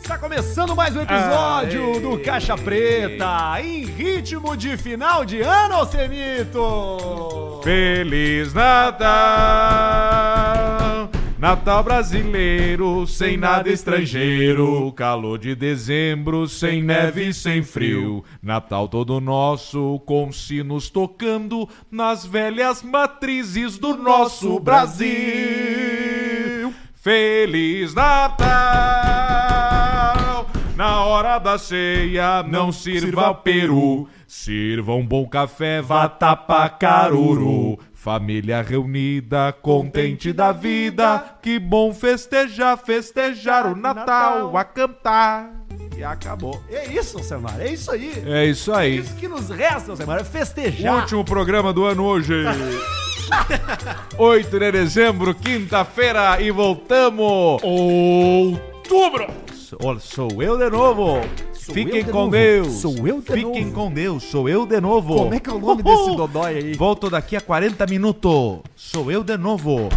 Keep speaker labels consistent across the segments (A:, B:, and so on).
A: Está começando mais um episódio do Caixa Preta, em ritmo de final de ano, Alcemito!
B: Feliz Natal! Natal brasileiro, sem nada estrangeiro. Calor de dezembro, sem neve e sem frio. Natal todo nosso, com sinos tocando nas velhas matrizes do nosso Brasil. Feliz Natal! Na hora da ceia, não, sirva o peru. Sirva um bom café, vá tapar caruru. Família reunida, contente da vida. Que bom festejar, festejar o Natal, a cantar. E acabou.
A: É isso, Alcemar, é isso aí.
B: É isso
A: É
B: aí.
A: isso que nos resta, Alcemar, é festejar.
B: Último programa do ano hoje. 8 de dezembro, quinta-feira, e voltamos. Outubro. Olha, sou eu de novo.
A: Sou eu
B: Fiquem
A: de
B: com
A: novo.
B: Deus.
A: Sou eu de
B: Fiquem
A: novo.
B: com Deus, sou eu de novo.
A: Como é que é o nome desse dodói aí?
B: Volto daqui a 40 minutos. Sou eu de novo.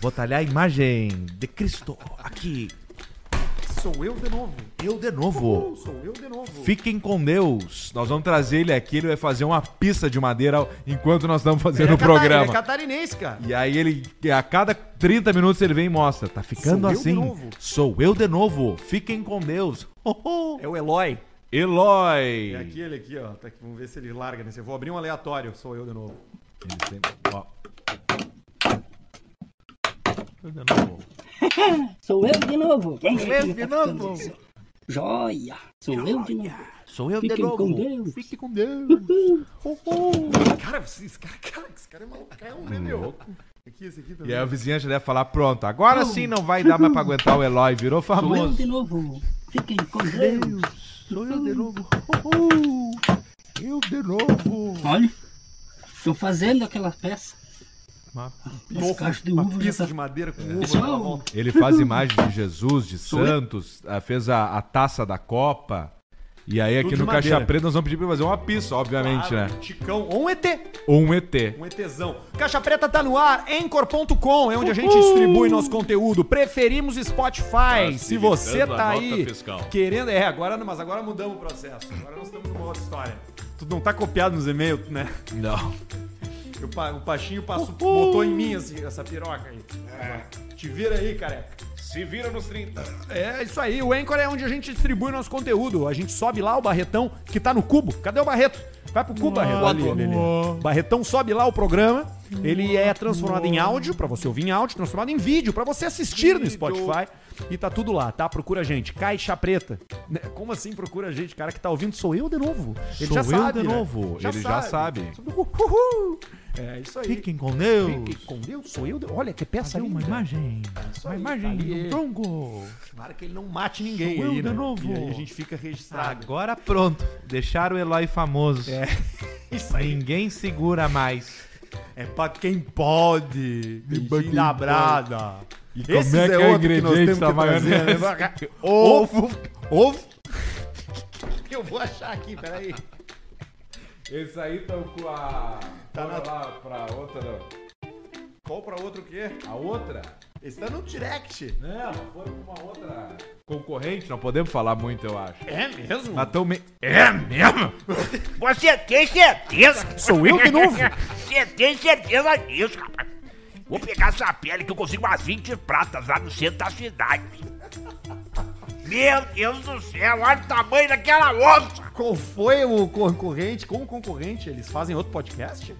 B: Vou talhar a imagem de Cristo aqui.
A: Sou eu de novo.
B: Eu de novo.
A: Sou eu de novo.
B: Fiquem com Deus. Nós vamos trazer ele aqui, ele vai fazer uma pista de madeira enquanto nós estamos fazendo o
A: Ele é cata-
B: programa.
A: ele é catarinense, cara.
B: E aí ele, a cada 30 minutos ele vem e mostra. Tá ficando
A: Sou eu de
B: assim.
A: novo.
B: Sou eu de novo. Fiquem com Deus. Oh, oh.
A: É o Eloy.
B: Eloy.
A: É aquele aqui, ó. Tá aqui, vamos ver se ele larga nesse. Eu vou abrir um aleatório, sou eu de novo.
B: Ele tem- ó. Eu de novo.
C: Sou eu de novo. Quem é
B: eu de
C: que tá ficando
B: novo.
C: isso? Joia. Sou eu de novo.
B: Sou eu de
C: Fiquem
B: novo.
C: com Deus.
B: Fique com Deus. Oh, oh.
A: Cara, esse esse cara, cara, esse cara é malucão, né, meu? Aqui, esse aqui
B: E é
A: também.
B: aí o vizinho já deve falar, pronto, agora sim não vai dar mais pra aguentar o Eloy, virou
C: Sou eu
B: famoso.
C: de novo. Fiquem com Deus.
B: sou eu de novo. Oh, oh. Eu de novo.
C: Olha, tô fazendo aquela peça.
B: Uma
C: Esse cacho de
A: Uma
C: uva já
A: pista
C: tá...
A: de madeira
B: É
A: com uva
B: um.
A: na mão.
C: Pessoal,
B: Ele faz imagem de Jesus, de
C: Sou eu.
B: Santos, ah, fez a, a taça da Copa. E aí aqui
A: Tudo
B: no
A: de
B: Caixa
A: madeira.
B: Preta nós vamos pedir pra ele fazer uma pista, obviamente,
A: Claro,
B: né?
A: um Ticão ou um ET.
B: Ou um ET.
A: Um ETzão. Caixa Preta tá no ar, Anchor.com, é onde a gente distribui nosso conteúdo. Preferimos Spotify. Se você
B: Facilitando
A: tá
B: a
A: aí
B: nota fiscal.
A: querendo. É, agora, mas agora mudamos o processo. Agora nós estamos numa outra história. Tu não tá copiado nos e-mails, né?
B: Não.
A: Eu pa- o Pachinho passou, botou em mim assim, essa piroca aí. Te vira aí, careca.
B: Se vira nos 30.
A: É isso aí, o Anchor é onde a gente distribui nosso conteúdo. A gente sobe lá o Barretão, que tá no cubo. Cadê o Barreto? Vai pro cubo, Barreto. Ali, ali, ali. Barretão sobe lá o programa. Ele é transformado em áudio, pra você ouvir em áudio, transformado em vídeo, pra você assistir no Spotify. E tá tudo lá, tá? Procura a gente. Caixa Preta. Né, Como assim procura a gente? Cara que tá ouvindo, sou eu de novo. Ele
B: Sou
A: já
B: eu
A: sabe.
B: de
A: né?
B: novo. Ele já sabe.
A: Uhul. É isso aí.
B: Fiquem com Deus.
A: Fique com Deus, sou eu. de- Olha que peça
B: Fazer
A: linda. É
B: uma imagem.
A: Isso
B: Uma
A: aí, tá
B: imagem
A: ali.
B: de um tronco.
A: Tomara que ele não mate ninguém
B: Sou eu
A: aí,
B: de
A: né?
B: novo.
A: E aí a gente fica registrado.
B: Agora pronto. Deixaram o Eloy famoso.
A: É. Isso aí.
B: Ninguém segura mais.
A: É pra quem pode.
B: pra quem
A: Beijinho labrada. E
B: como é que é o ingrediente da maionese?
A: Ovo. né? Ovo. Eu vou achar aqui, peraí.
B: Esse aí estão com a.
A: Tá na-
B: lá pra outra.
A: Qual pra outro o quê?
B: A outra?
A: Esse tá no direct.
B: Não, foi uma outra concorrente, não podemos falar muito, eu acho.
A: É mesmo?
B: Mas tão me... É mesmo?
D: Você tem certeza?
A: Sou eu de novo?
D: Você tem certeza disso, rapaz? Vou pegar essa pele que eu consigo umas 20 pratas lá no centro da cidade. Meu Deus do céu, olha o tamanho daquela onça!
A: Qual foi o concorrente? Com o concorrente, eles fazem outro podcast?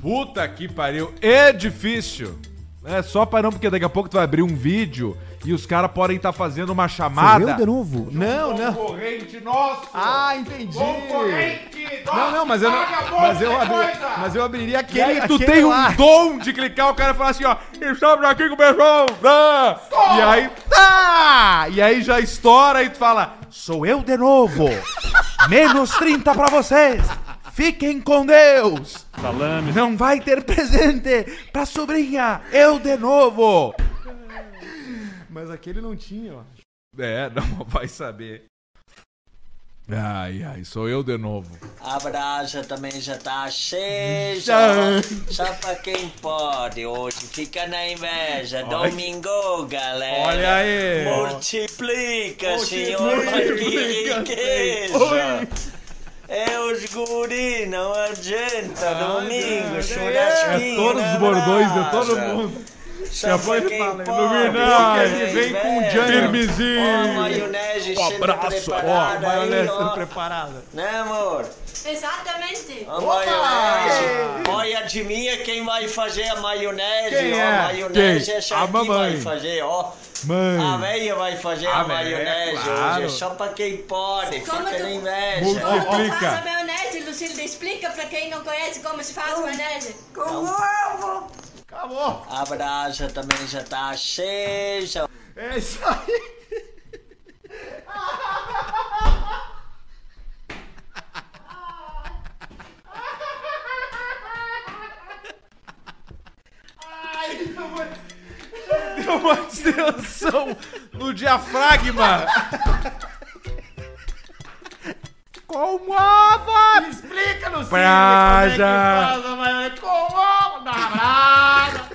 B: Puta que pariu, é difícil. É só pra não, porque daqui a pouco tu vai abrir um vídeo e os caras podem estar fazendo uma chamada.
A: novo? Não, não.
B: Concorrente nosso!
A: Ah, entendi.
B: Concorrente nosso!
A: Não, não, mas eu, não,
B: vagabundo
A: mas eu,
B: de
A: abri,
B: coisa!
A: mas eu abriria aquele.
B: E aí tu
A: aquele
B: tem
A: lá.
B: um dom de clicar, o cara fala assim, ó, estamos aqui com o pessoal, tá? e aí, tá! E aí já estoura e tu fala, sou eu de novo, menos 30 pra vocês, fiquem com Deus. Salame. Não vai ter presente pra sobrinha, eu de novo.
A: Mas aquele não tinha, ó.
B: É, não vai saber. Ai, ai, sou eu de novo.
E: A brasa também já tá acesa.
B: Já.
E: Só pra quem pode hoje. Fica na inveja. Domingo, galera.
B: Olha aí.
E: Multiplica, senhor. mas Que riqueza. É os guri, não adianta. Domingo, churrasquinho.
B: É todos os
E: na
B: bordões de todo
E: brasa.
B: mundo.
E: Só pra
B: ele
E: quem
B: fala,
E: pode,
B: Illuminati,
E: fica na
B: vem com o
E: inveja.
B: Firmezinho.
E: Ó, a maionese
B: Ó, Um
E: sendo
B: abraço, ó,
E: preparada aí,
B: maionese
E: ó.
B: sendo preparada.
E: Né, amor?
F: Exatamente.
E: A maionese. Olha de mim é quem vai fazer a maionese.
B: Quem
E: ó,
B: é?
E: A maionese
B: Quem?
E: é essa
B: A
E: aqui
B: mamãe.
E: vai fazer, ó. A
B: Mãe.
E: meia vai fazer
B: A
E: a,
B: véia,
E: maionese
B: claro.
E: hoje. É só pra quem pode.
F: Como
E: fica
F: tu-
E: na inveja.
B: Multi-
F: Como
B: Explica.
F: faz a maionese, Lucilda? Explica pra quem não conhece como se faz maionese.
A: Acabou.
E: A brasa também já tá acesa.
A: É isso aí.
B: Deu uma distensão no um diafragma. Como a voz
A: Explica, Lucília,
B: Praja.
A: como é que faz a maionese. Como na brasa.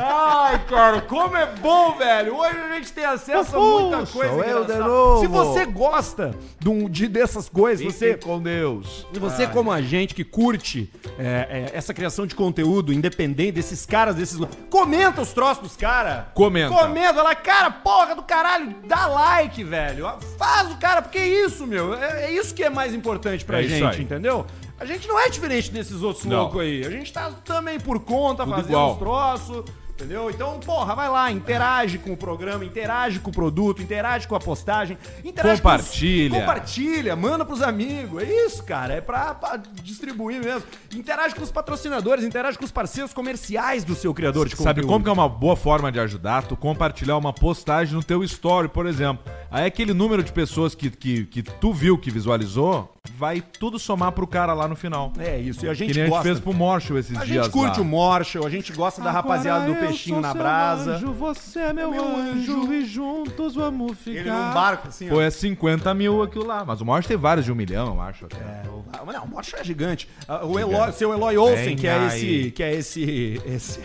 A: Ai, cara, como é bom, velho. Hoje a gente tem acesso a muita
B: Uhul,
A: coisa
B: sou eu de
A: engraçada.
B: novo.
A: Se você gosta de, um- de- dessas coisas,
B: Fique
A: você...
B: com Deus.
A: E você, como a gente que curte é, é, essa criação de conteúdo independente, desses caras, desses. Comenta os troços dos caras.
B: Comenta.
A: Comenta lá, cara, porra do caralho, dá like, velho. Faz o cara, porque é isso, meu. É, é isso que é mais importante pra
B: É isso
A: gente,
B: aí.
A: entendeu? A gente não é diferente desses outros
B: Não.
A: loucos aí. A gente tá também por conta,
B: Tudo
A: fazendo
B: igual.
A: os troços. Entendeu? Então, porra, vai lá, interage com o programa, interage com o produto, interage com a postagem, interage com os-
B: Compartilha.
A: compartilha compartilha, manda pros amigos. É isso, cara. É pra, pra distribuir mesmo. Interage com os patrocinadores, interage com os parceiros comerciais do seu criador de conteúdo.
B: Sabe como que é uma boa forma de ajudar? Tu compartilhar uma postagem no teu story, por exemplo. Aí aquele número de pessoas que, que, que tu viu, que visualizou, vai tudo somar pro cara lá no final.
A: É isso. E a
B: que
A: gente
B: nem a gente
A: gosta.
B: fez pro Morcho esses
A: A
B: dias
A: gente curte
B: lá.
A: o Marshall, a gente gosta da rapaziada do Peixinho na Brasa.
B: você é meu,
A: anjo,
B: e juntos vamos ficar.
A: assim,
B: Foi a 50 mil aquilo lá. Mas o Morcho tem vários de um milhão, eu acho. até.
A: É, o- ah, Não, o Marshall é gigante. Ah, O Eloy, seu Eloy Olsen,
B: Vem
A: que é esse.
B: aí.
A: Que é esse. esse.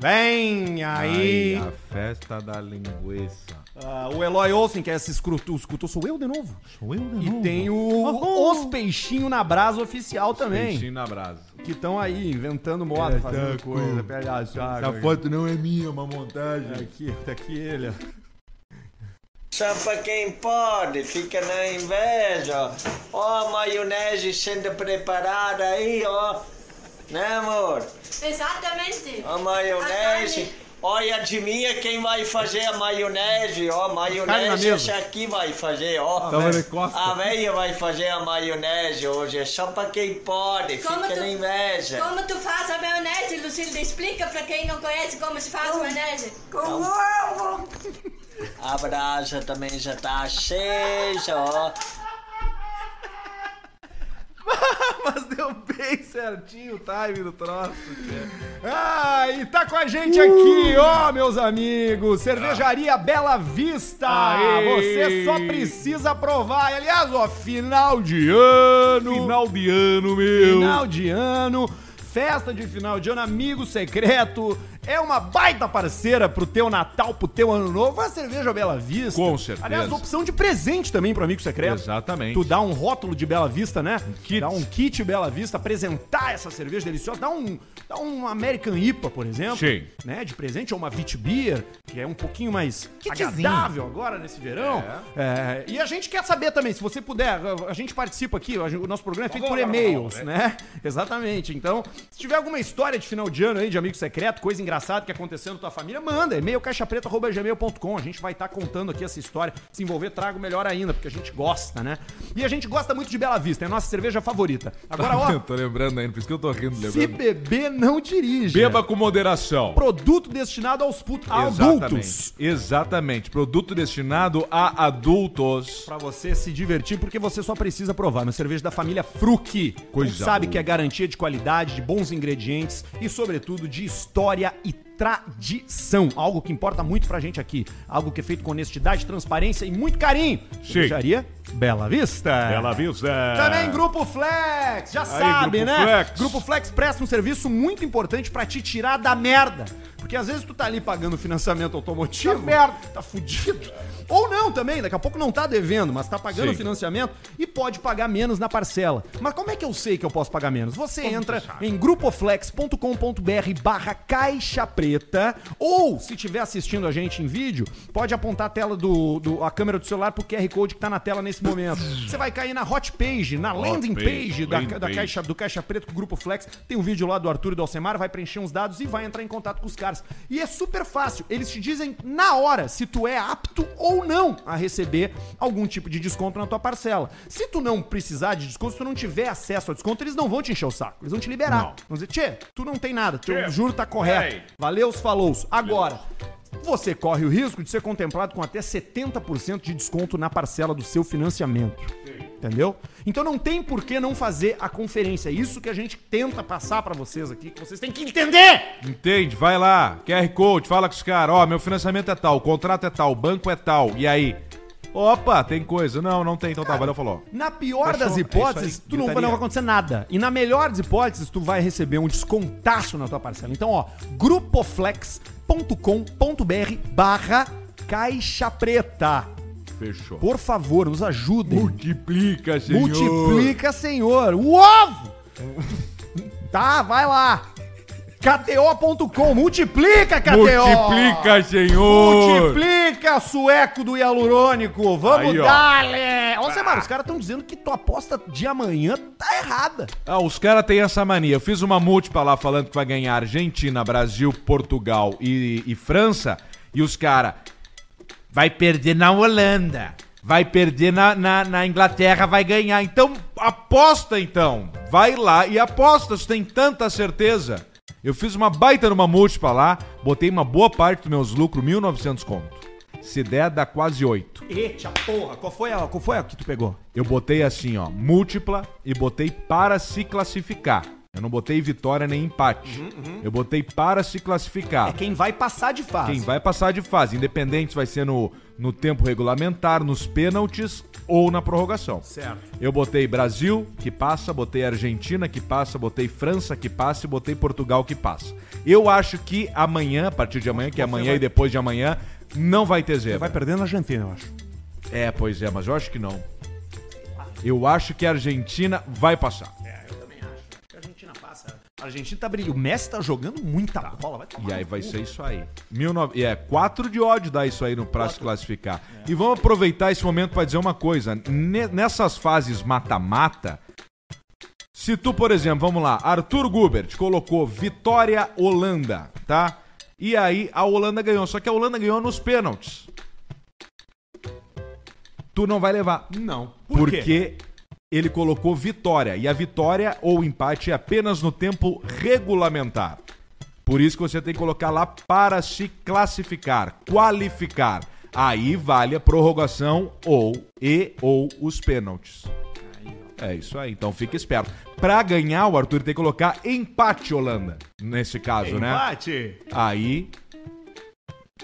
A: Vem aí!
B: Ai, a festa da linguiça.
A: Ah, o Eloy Olsen, que é esse escrutu, escutou, sou eu de novo.
B: Sou eu de
A: E
B: novo.
A: tem o Os Peixinho na Brasa oficial também.
B: Peixinho na brasa.
A: Que estão aí inventando moda,
B: É,
A: fazendo
B: tá,
A: coisa,
B: coisa.
A: pega a chave.
B: Essa foto não é minha, é uma montagem.
A: Aqui, tá aqui ele. ó.
E: Só pra quem pode, fica na inveja. Ó, a maionese sendo preparada aí, ó. Né, amor?
F: Exatamente.
E: A maionese. Olha de mim é quem vai fazer a maionese, ó.
A: Carne na
E: Maionese
A: mesa. Então
E: essa aqui vai fazer, ó.
B: Tava de costa.
E: A meia vai fazer a maionese hoje. É só pra quem pode,
F: Como
E: fica
F: tu-
E: na inveja.
F: Como tu faz a maionese, Lucilda? Explica pra quem não conhece como se faz maionese.
E: A brasa também já tá acesa, ó.
B: Mas deu bem certinho o time do troço.
A: Ah, e tá com a gente aqui,
B: Uh!
A: ó, meus amigos. Cervejaria
B: Ah.
A: Bela Vista.
B: Aê.
A: Você só precisa provar. E, Aliás, ó, final de ano.
B: Final de ano, meu.
A: Final de ano, festa de final de ano, amigo secreto. É uma baita parceira pro teu Natal, pro teu Ano Novo. A cerveja Bela Vista.
B: Com certeza.
A: Aliás, opção de presente também pro amigo secreto.
B: Exatamente.
A: Tu dá um rótulo de Bela Vista, né? Um
B: kit.
A: Dá um kit Bela Vista, apresentar essa cerveja deliciosa. Dá um, dá um American IPA, por exemplo.
B: Sim.
A: Né? De presente ou uma Vit Beer, que é um pouquinho mais
B: Kitzinho.
A: agradável agora nesse verão. É, e a gente quer saber também, se você puder, a- a gente participa aqui, a gen- o nosso programa é feito por e-mails, né? Exatamente. Então, se tiver alguma história de final de ano aí, de amigo secreto, coisa engraçada que aconteceu na tua família, manda e-mail caixapreta.gmail.com. A gente vai estar contando aqui essa história. Se envolver, trago melhor ainda, porque a gente gosta, né? E a gente gosta muito de Bela Vista, é a nossa cerveja favorita. Agora, ó,
B: tô lembrando ainda, por isso que eu tô rindo,
A: se
B: lembrando.
A: beber, não dirige.
B: Beba com moderação.
A: Produto destinado aos putos adultos.
B: Exatamente. Exatamente. Produto destinado a adultos.
A: Pra você se divertir, porque você só precisa provar. Meu cerveja da família Fruc.
B: Coisa
A: Você sabe
B: boa.
A: que é garantia de qualidade, de bons ingredientes e, sobretudo, de história e tradição. Algo que importa muito pra gente aqui. Algo que é feito com honestidade, transparência e muito carinho. Cervejaria Bela Vista.
B: Bela Vista.
A: Também Grupo Flex, já sabe,
B: Grupo
A: né?
B: Flex.
A: Grupo Flex presta um serviço muito importante pra te tirar da merda. Porque às vezes tu tá ali pagando financiamento automotivo, tá, merda. tá fudido. Ou não também, daqui a pouco não tá devendo, mas tá pagando
B: Sim.
A: financiamento e pode pagar menos na parcela. Mas como é que eu sei que eu posso pagar menos? Você entra em grupoflex.com.br barra caixa preta ou se estiver assistindo a gente em vídeo, pode apontar a tela do, do- a câmera do celular pro QR Code que tá na tela nesse momento. Você vai cair na hot page, na
B: Hot
A: landing page,
B: page,
A: da,
B: landing
A: da
B: page.
A: caixa, do Caixa Preto com o Grupo Flex. Tem um vídeo lá do Arthur e do Alcemar, vai preencher uns dados e vai entrar em contato com os caras. E é super fácil. Eles te dizem na hora se tu é apto ou não a receber algum tipo de desconto na tua parcela. Se tu não precisar de desconto, se tu não tiver acesso a desconto, eles não vão te encher o saco. Eles vão te liberar.
B: Não.
A: Vão dizer, tchê, tu não tem nada, teu
B: Tchê,
A: juro tá correto.
B: peraí.
A: Valeu, falou. Agora, você corre o risco de ser contemplado com até 70% de desconto na parcela do seu financiamento. Entendeu? Então não tem por que não fazer a conferência. É isso que a gente tenta passar pra vocês aqui, que vocês têm que entender.
B: Entende? Vai lá, QR Code, fala com os caras, ó, meu financiamento é tal, o contrato é tal, o banco é tal, e aí? Opa, tem coisa. Não, não tem, então tá, valeu, falou.
A: Na pior
B: Fechou.
A: das
B: É
A: hipóteses,
B: isso aí,
A: tu não, não
B: gritaria.
A: vai acontecer nada. E na melhor das hipóteses, tu vai receber um descontaço na tua parcela. Então, ó, grupoflex.com.br barra caixa preta.
B: Fechou.
A: Por favor, nos ajudem.
B: Multiplica, senhor.
A: Multiplica, senhor. O ovo! tá, vai lá. KTO.com. Multiplica, KTO.
B: Multiplica, senhor.
A: Multiplica, sueco do hialurônico. Vamos
B: Aí, ó. Ah.
A: dar-lhe. Ó, Semar, os caras estão dizendo que tua aposta de amanhã tá errada.
B: Ah, os caras têm essa mania. Eu fiz uma múltipla lá falando que vai ganhar Argentina, Brasil, Portugal e, e França. E os caras. Vai perder na Holanda. Vai perder na, na, na Inglaterra, vai ganhar. Então, aposta então. Vai lá e aposta, você tem tanta certeza. Eu fiz uma baita numa múltipla lá, botei uma boa parte dos meus lucros, 1.900 conto. Se der, dá quase 8.
A: Eita porra, qual foi, a, qual foi a que tu pegou?
B: Eu botei assim, ó, múltipla e botei para se classificar. Eu não botei vitória nem empate. Eu botei para se classificar.
A: Uhum, É quem vai passar de fase.
B: Quem vai passar de fase, independente se vai ser no, no tempo regulamentar, nos pênaltis ou na prorrogação.
A: Certo.
B: Eu botei Brasil, que passa, botei Argentina, que passa, botei França, que passa e botei Portugal, que passa. Eu acho que amanhã, a partir de amanhã, que é amanhã e depois de amanhã, não vai ter zebra.
A: perdendo a Argentina, eu acho.
B: É, pois é, mas eu acho que não. Eu acho que a Argentina vai passar.
A: A Argentina tá brilhando. O Messi tá jogando muita bola. Vai tomar
B: E aí
A: no
B: vai
A: cu.
B: ser isso aí. 19... E é 4 de ódio dar isso aí no pra se classificar. E vamos aproveitar esse momento pra dizer uma coisa. Ne- Nessas fases mata-mata, se tu, por exemplo, vamos lá, Arthur Gubert colocou Vitória Holanda, tá? E aí a Holanda ganhou. Só que a Holanda ganhou nos pênaltis. Tu não vai levar.
A: Não. Por quê?
B: Porque ele colocou vitória. E a vitória ou empate é apenas no tempo regulamentar. Por isso que você tem que colocar lá para se classificar, qualificar. Aí vale a prorrogação ou e ou os pênaltis. É isso aí, então fica esperto. Pra ganhar, o Arthur tem que colocar empate Holanda, nesse caso, né?
A: Empate.
B: Aí.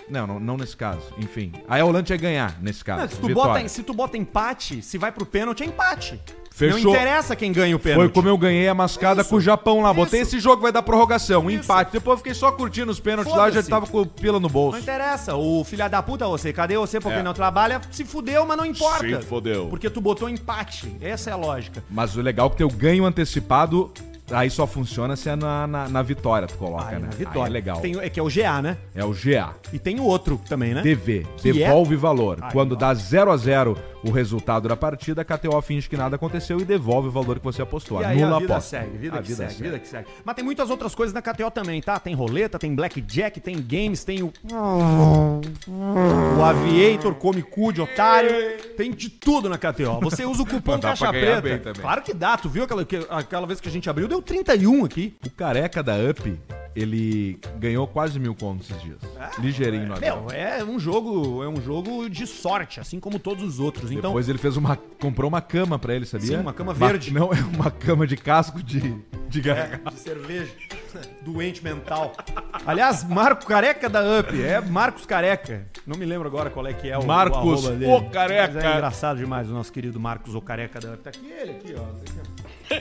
B: Não, não, não nesse caso. Enfim. Aí a Holanda ia ganhar, nesse caso.
A: Não, se, tu
B: É, Vitória.
A: bota, se tu bota empate, se vai pro pênalti, é empate.
B: Fechou.
A: Não interessa quem ganha o
B: Foi
A: pênalti.
B: como eu ganhei a mascada
A: Isso.
B: com o Japão lá. Botei
A: Isso.
B: esse jogo, vai dar prorrogação, empate. Depois eu fiquei só curtindo os pênaltis lá, eu já
A: Foda-se.
B: tava com o pila no
A: Não
B: bolso.
A: interessa. O filha da puta, você, cadê você porque
B: É.
A: não trabalha? Se fudeu, mas não importa.
B: Se fudeu.
A: Porque tu botou empate. Essa é a lógica.
B: Mas o legal é que teu ganho antecipado aí só funciona se é na, na, na vitória, tu coloca,
A: Ai,
B: né?
A: na
B: Aí é legal.
A: Tem o- é que é o GA, né?
B: É o GA.
A: E tem o outro também, né?
B: DV,
A: Que
B: devolve valor.
A: Ai,
B: Quando
A: nossa.
B: dá 0 a 0 o resultado da partida, a KTO finge que nada aconteceu e devolve o valor que você apostou.
A: E aí
B: Anula
A: a
B: a
A: vida
B: aposta.
A: segue, vida
B: A
A: que segue, vida que segue. Mas tem muitas outras coisas na KTO também, tá? Tem roleta, tem blackjack, tem games, tem o... O Aviator, Come Cu de Otário, tem de tudo na KTO. Você usa o cupom
B: Mas dá pra
A: Caixa
B: ganhar
A: Preta.
B: bem também.
A: Claro que dá, tu viu aquela, que- aquela vez que a gente abriu, deu 31 aqui.
B: O careca da UP, ele ganhou quase mil contos esses dias. Ligeirinho no
A: Meu, Ah, é um jogo, é um jogo de sorte, assim como todos os outros. Então,
B: Depois ele fez uma. comprou uma cama pra ele, sabia?
A: Sim, uma cama
B: Ma-
A: verde.
B: não, é uma cama de casco de, de guerra.
A: de cerveja. Doente mental. Aliás, Marco Careca da UP. É Marcos Careca. Não me lembro agora qual é que é o
B: Marcos
A: o, arroba
B: o Careca.
A: Mas é engraçado demais o nosso querido Marcos o Careca da UP. Tá aqui ele, aqui, ó. Tá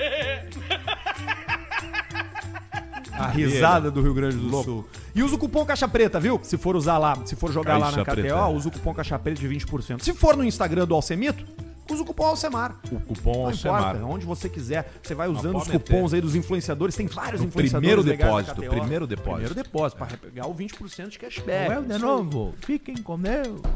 A: A risada do Rio Grande do Sul. E usa o cupom Caixa Preta, viu? Se for usar lá, se for jogar lá na
B: Caixa
A: KTO,
B: Preta. é.
A: usa o cupom Caixa Preta de 20%. Se for no Instagram do Alcemito, usa o cupom Alcemar.
B: O cupom é
A: Não
B: Alcemar.
A: É. Ah, importa, onde você quiser. Você vai usando
B: pode
A: os
B: meter.
A: cupons aí dos influenciadores. Tem vários
B: No
A: influenciadores
B: primeiro
A: legais na
B: depósito,
A: KTO.
B: primeiro depósito.
A: Primeiro depósito, pra pegar o 20% de cashback. Isso aí.
B: fiquem com Deus.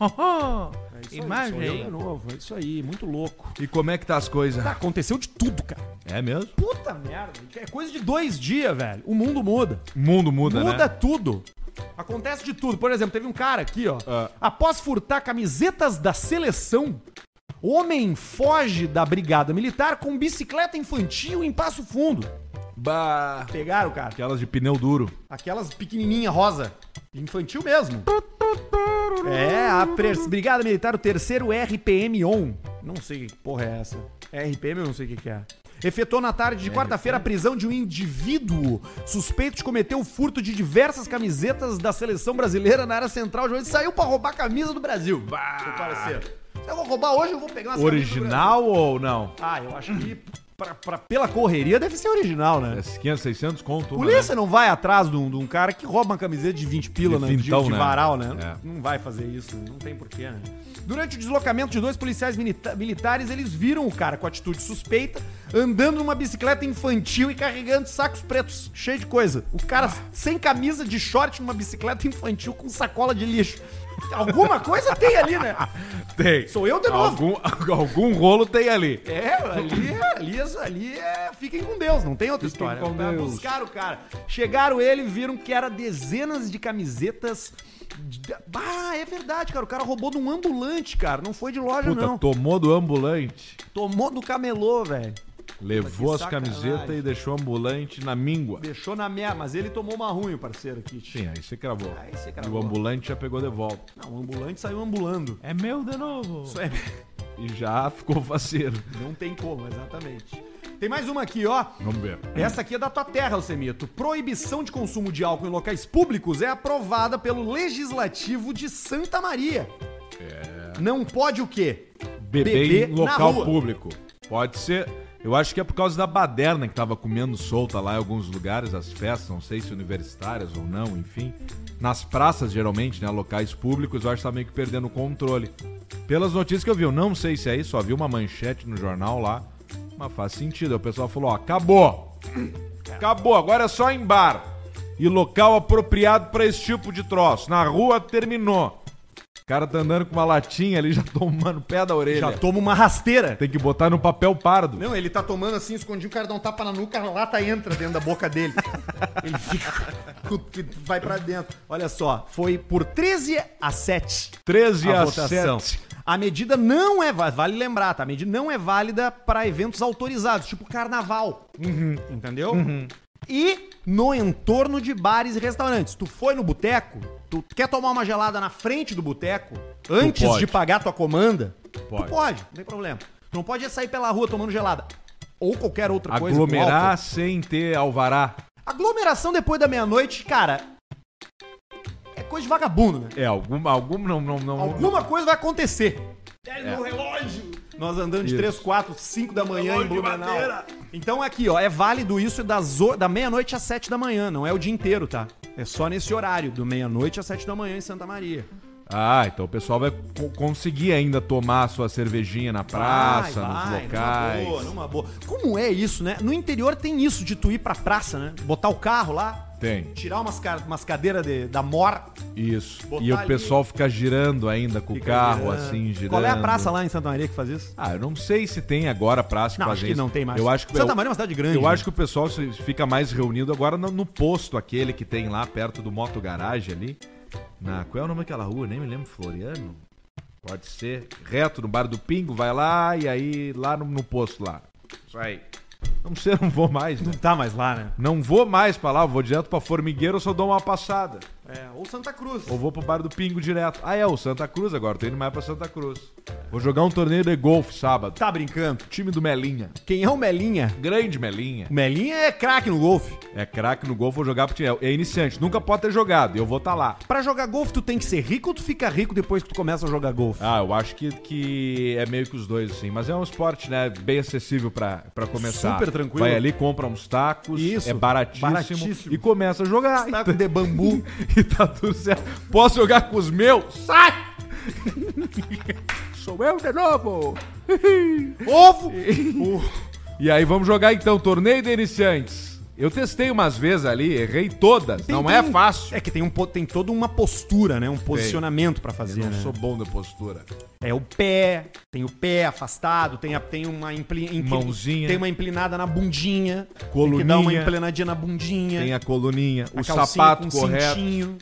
A: É isso aí, sou eu de novo, é isso aí, muito louco.
B: E como é que tá as coisas?
A: Tá, aconteceu de tudo, cara.
B: É mesmo?
A: Puta merda, é coisa de dois dias, velho. O mundo muda.
B: O mundo muda,
A: Muda
B: né?
A: tudo. Acontece de tudo. Por exemplo, teve um cara aqui, ó.
B: Ah.
A: Após furtar camisetas da seleção, homem foge da brigada militar com bicicleta infantil em Passo Fundo.
B: né? Bah.
A: Pegaram, cara.
B: Aquelas de pneu duro.
A: Aquelas pequenininha rosa. Infantil mesmo. É, a pres- Brigada Militar, o terceiro RPM-ON. Não sei que porra é essa. RPM, eu não sei o que, que é. Efetuou na tarde de quarta-feira a prisão de um indivíduo suspeito de cometer o furto de diversas camisetas da seleção brasileira na área central de onde saiu pra roubar a camisa do Brasil. Seu parceiro. Se eu vou roubar hoje, eu vou pegar umas camisas do Brasil.
B: Original ou não?
A: Ah, eu acho que pra, pra- pela correria deve ser original, né?
B: É 500, 600 conto. uma,
A: Polícia não vai atrás de um, de um cara que rouba uma camiseta de 20 pila
B: né? De
A: né, de,
B: vintão,
A: de
B: né?
A: varal, né?
B: É.
A: Não vai fazer isso, não tem porquê, né? Durante o deslocamento de dois policiais milita- militares, eles viram o cara com atitude suspeita, andando numa bicicleta infantil e carregando sacos pretos, cheio de coisa. O cara
B: Ah.
A: sem camisa de short numa bicicleta infantil com sacola de lixo. Alguma coisa tem ali, né?
B: né? Tem.
A: Sou eu de novo.
B: Algum, algum rolo tem ali.
A: É, ali, é- ali, é- ali é. Fiquem com Deus, não tem outra história.
B: com
A: Pra-
B: Deus.
A: Buscaram o cara. Chegaram ele e viram que era dezenas de camisetas. de- Ah, é verdade, cara. O cara roubou de um ambulante, cara. Não foi de loja,
B: Puta,
A: não.
B: tomou do ambulante,
A: Tomou do camelô, velho.
B: levou
A: Mas
B: as
A: que
B: camisetas
A: sacanagem.
B: e deixou o ambulante na míngua.
A: Deixou na meia, mas ele tomou uma ruim, o parceiro aqui.
B: Sim, aí você cravou.
A: Aí você
B: E o
A: cravou.
B: ambulante já pegou de volta.
A: Não, o ambulante saiu ambulando.
B: É meu de novo.
A: Isso é.
B: E já ficou faceiro.
A: Não tem como, exatamente. Tem mais uma aqui, ó.
B: Vamos ver.
A: Essa aqui é da tua terra, Alcemito. Proibição de consumo de álcool em locais públicos é aprovada pelo Legislativo de Santa Maria. Não pode o quê?
B: Bebê,
A: Bebê
B: É. em
A: na
B: local
A: rua.
B: público. Pode ser. Eu acho que é por causa da baderna que tava comendo solta lá em alguns lugares, as festas, não sei se universitárias ou não, enfim. Nas praças, geralmente, né? Locais públicos, eu acho que tá meio que perdendo o controle. Pelas notícias que eu vi, eu não sei se é isso, só vi uma manchete no jornal lá. Mas faz sentido. Aí O pessoal falou, ó, acabou. Acabou, agora é só em bar. E local apropriado pra esse tipo de troço. Na rua terminou. O cara tá andando com uma latinha ali, já tomando o pé da orelha.
A: Já toma uma rasteira.
B: Tem que botar no papel pardo.
A: Não, ele tá tomando assim, escondido, o cara dá um tapa na nuca, a lata entra dentro da boca dele. ele fica. Vai pra dentro. Olha só, foi por 13 a 7.
B: 13
A: a
B: a,
A: votação.
B: 7.
A: A medida não é válida, vale lembrar, tá? A medida não é válida para eventos autorizados, tipo carnaval.
B: Uhum.
A: Entendeu? E no entorno de bares e restaurantes. Tu foi no boteco, tu quer tomar uma gelada na frente do boteco, antes
B: pode.
A: de pagar tua comanda,
B: Pode.
A: tu pode, não tem problema. Tu não pode é sair pela rua tomando gelada. Ou qualquer outra coisa. com
B: Aglomerar
A: álcool.
B: sem ter alvará.
A: Aglomeração depois da meia-noite, cara. É coisa de vagabundo, né?
B: É, alguma, algum não, não, não.
A: Alguma coisa vai acontecer. no relógio. Nós andando de
B: Isso.
A: 3, 4, 5 da manhã em Blumenau. Então aqui, ó, é válido isso das o- da meia-noite às 7 da manhã, não é o dia inteiro, tá? É só nesse horário, do meia-noite às 7 da manhã em Santa Maria.
B: Ah, então o pessoal vai co- conseguir ainda tomar a sua cervejinha na praça,
A: Vai, vai,
B: nos locais.
A: Numa boa, numa boa. Como é isso, né? No interior tem isso de tu ir pra praça, né? Botar o carro lá,
B: Tem,
A: tirar umas, ca- umas cadeiras de- da mor.
B: isso.
A: Botar
B: e o
A: ali.
B: pessoal fica girando ainda com o carro,
A: girando.
B: assim, girando.
A: Qual é a praça lá em Santa Maria que faz isso?
B: Ah, eu não sei se tem agora praça que
A: Não,
B: faz
A: acho que
B: isso.
A: não tem mais.
B: Eu acho que
A: Santa
B: eu-
A: Maria é uma cidade grande.
B: Eu
A: né?
B: acho que o pessoal se- fica mais reunido agora no, no posto aquele que tem lá perto do Moto Garage ali. Na, qual é o nome daquela rua? Nem me lembro, Floriano? Pode ser. Reto no Bar do Pingo, vai lá e aí lá no, no posto lá. Isso aí. Não sei, eu não vou mais, né?
A: Não tá mais lá, né?
B: Não vou mais pra lá, eu vou direto pra Formigueiro, eu só dou uma passada.
A: É, ou Santa Cruz.
B: Ou vou pro bar do Pingo direto. Ah, é, o Santa Cruz agora, tô indo mais pra Santa Cruz. Vou jogar um torneio de golfe sábado.
A: Tá brincando.
B: Time do Melinha.
A: Quem é o Melinha?
B: Grande Melinha.
A: O Melinha é craque no golfe.
B: É craque no golfe, vou jogar pro time. É iniciante, nunca pode ter jogado, e eu vou tá lá.
A: Pra jogar golfe, tu tem que ser rico ou tu fica rico depois que tu começa a jogar golfe?
B: Ah, eu acho que, que é meio que os dois, assim. Mas é um esporte, né, bem acessível pra, pra começar.
A: Super tranquilo.
B: Vai ali, compra uns tacos.
A: Isso.
B: É baratíssimo.
A: Baratíssimo.
B: E começa a jogar. Então,
A: Taco de bambu.
B: e tá tudo certo. Posso jogar com os meus? Sai! Sou eu de novo!
A: Ovo!
B: E aí vamos jogar então, torneio de iniciantes. Eu testei umas vezes ali, errei todas.
A: Tem-
B: não
A: tem
B: é
A: um-
B: fácil.
A: É que tem, um, po- tem toda uma postura, né? Um posicionamento pra fazer,
B: Eu não
A: né?
B: sou bom da postura.
A: É o pé, tem o pé afastado, tem, a, tem uma impli, incli-
B: Mãozinha.
A: Tem uma emplinada na bundinha. Tem que
B: Coluninha.
A: dar uma emplinadinha na bundinha.
B: Tem a coluninha,
A: a
B: o
A: calcinha
B: sapato
A: com
B: correto.
A: cintinho.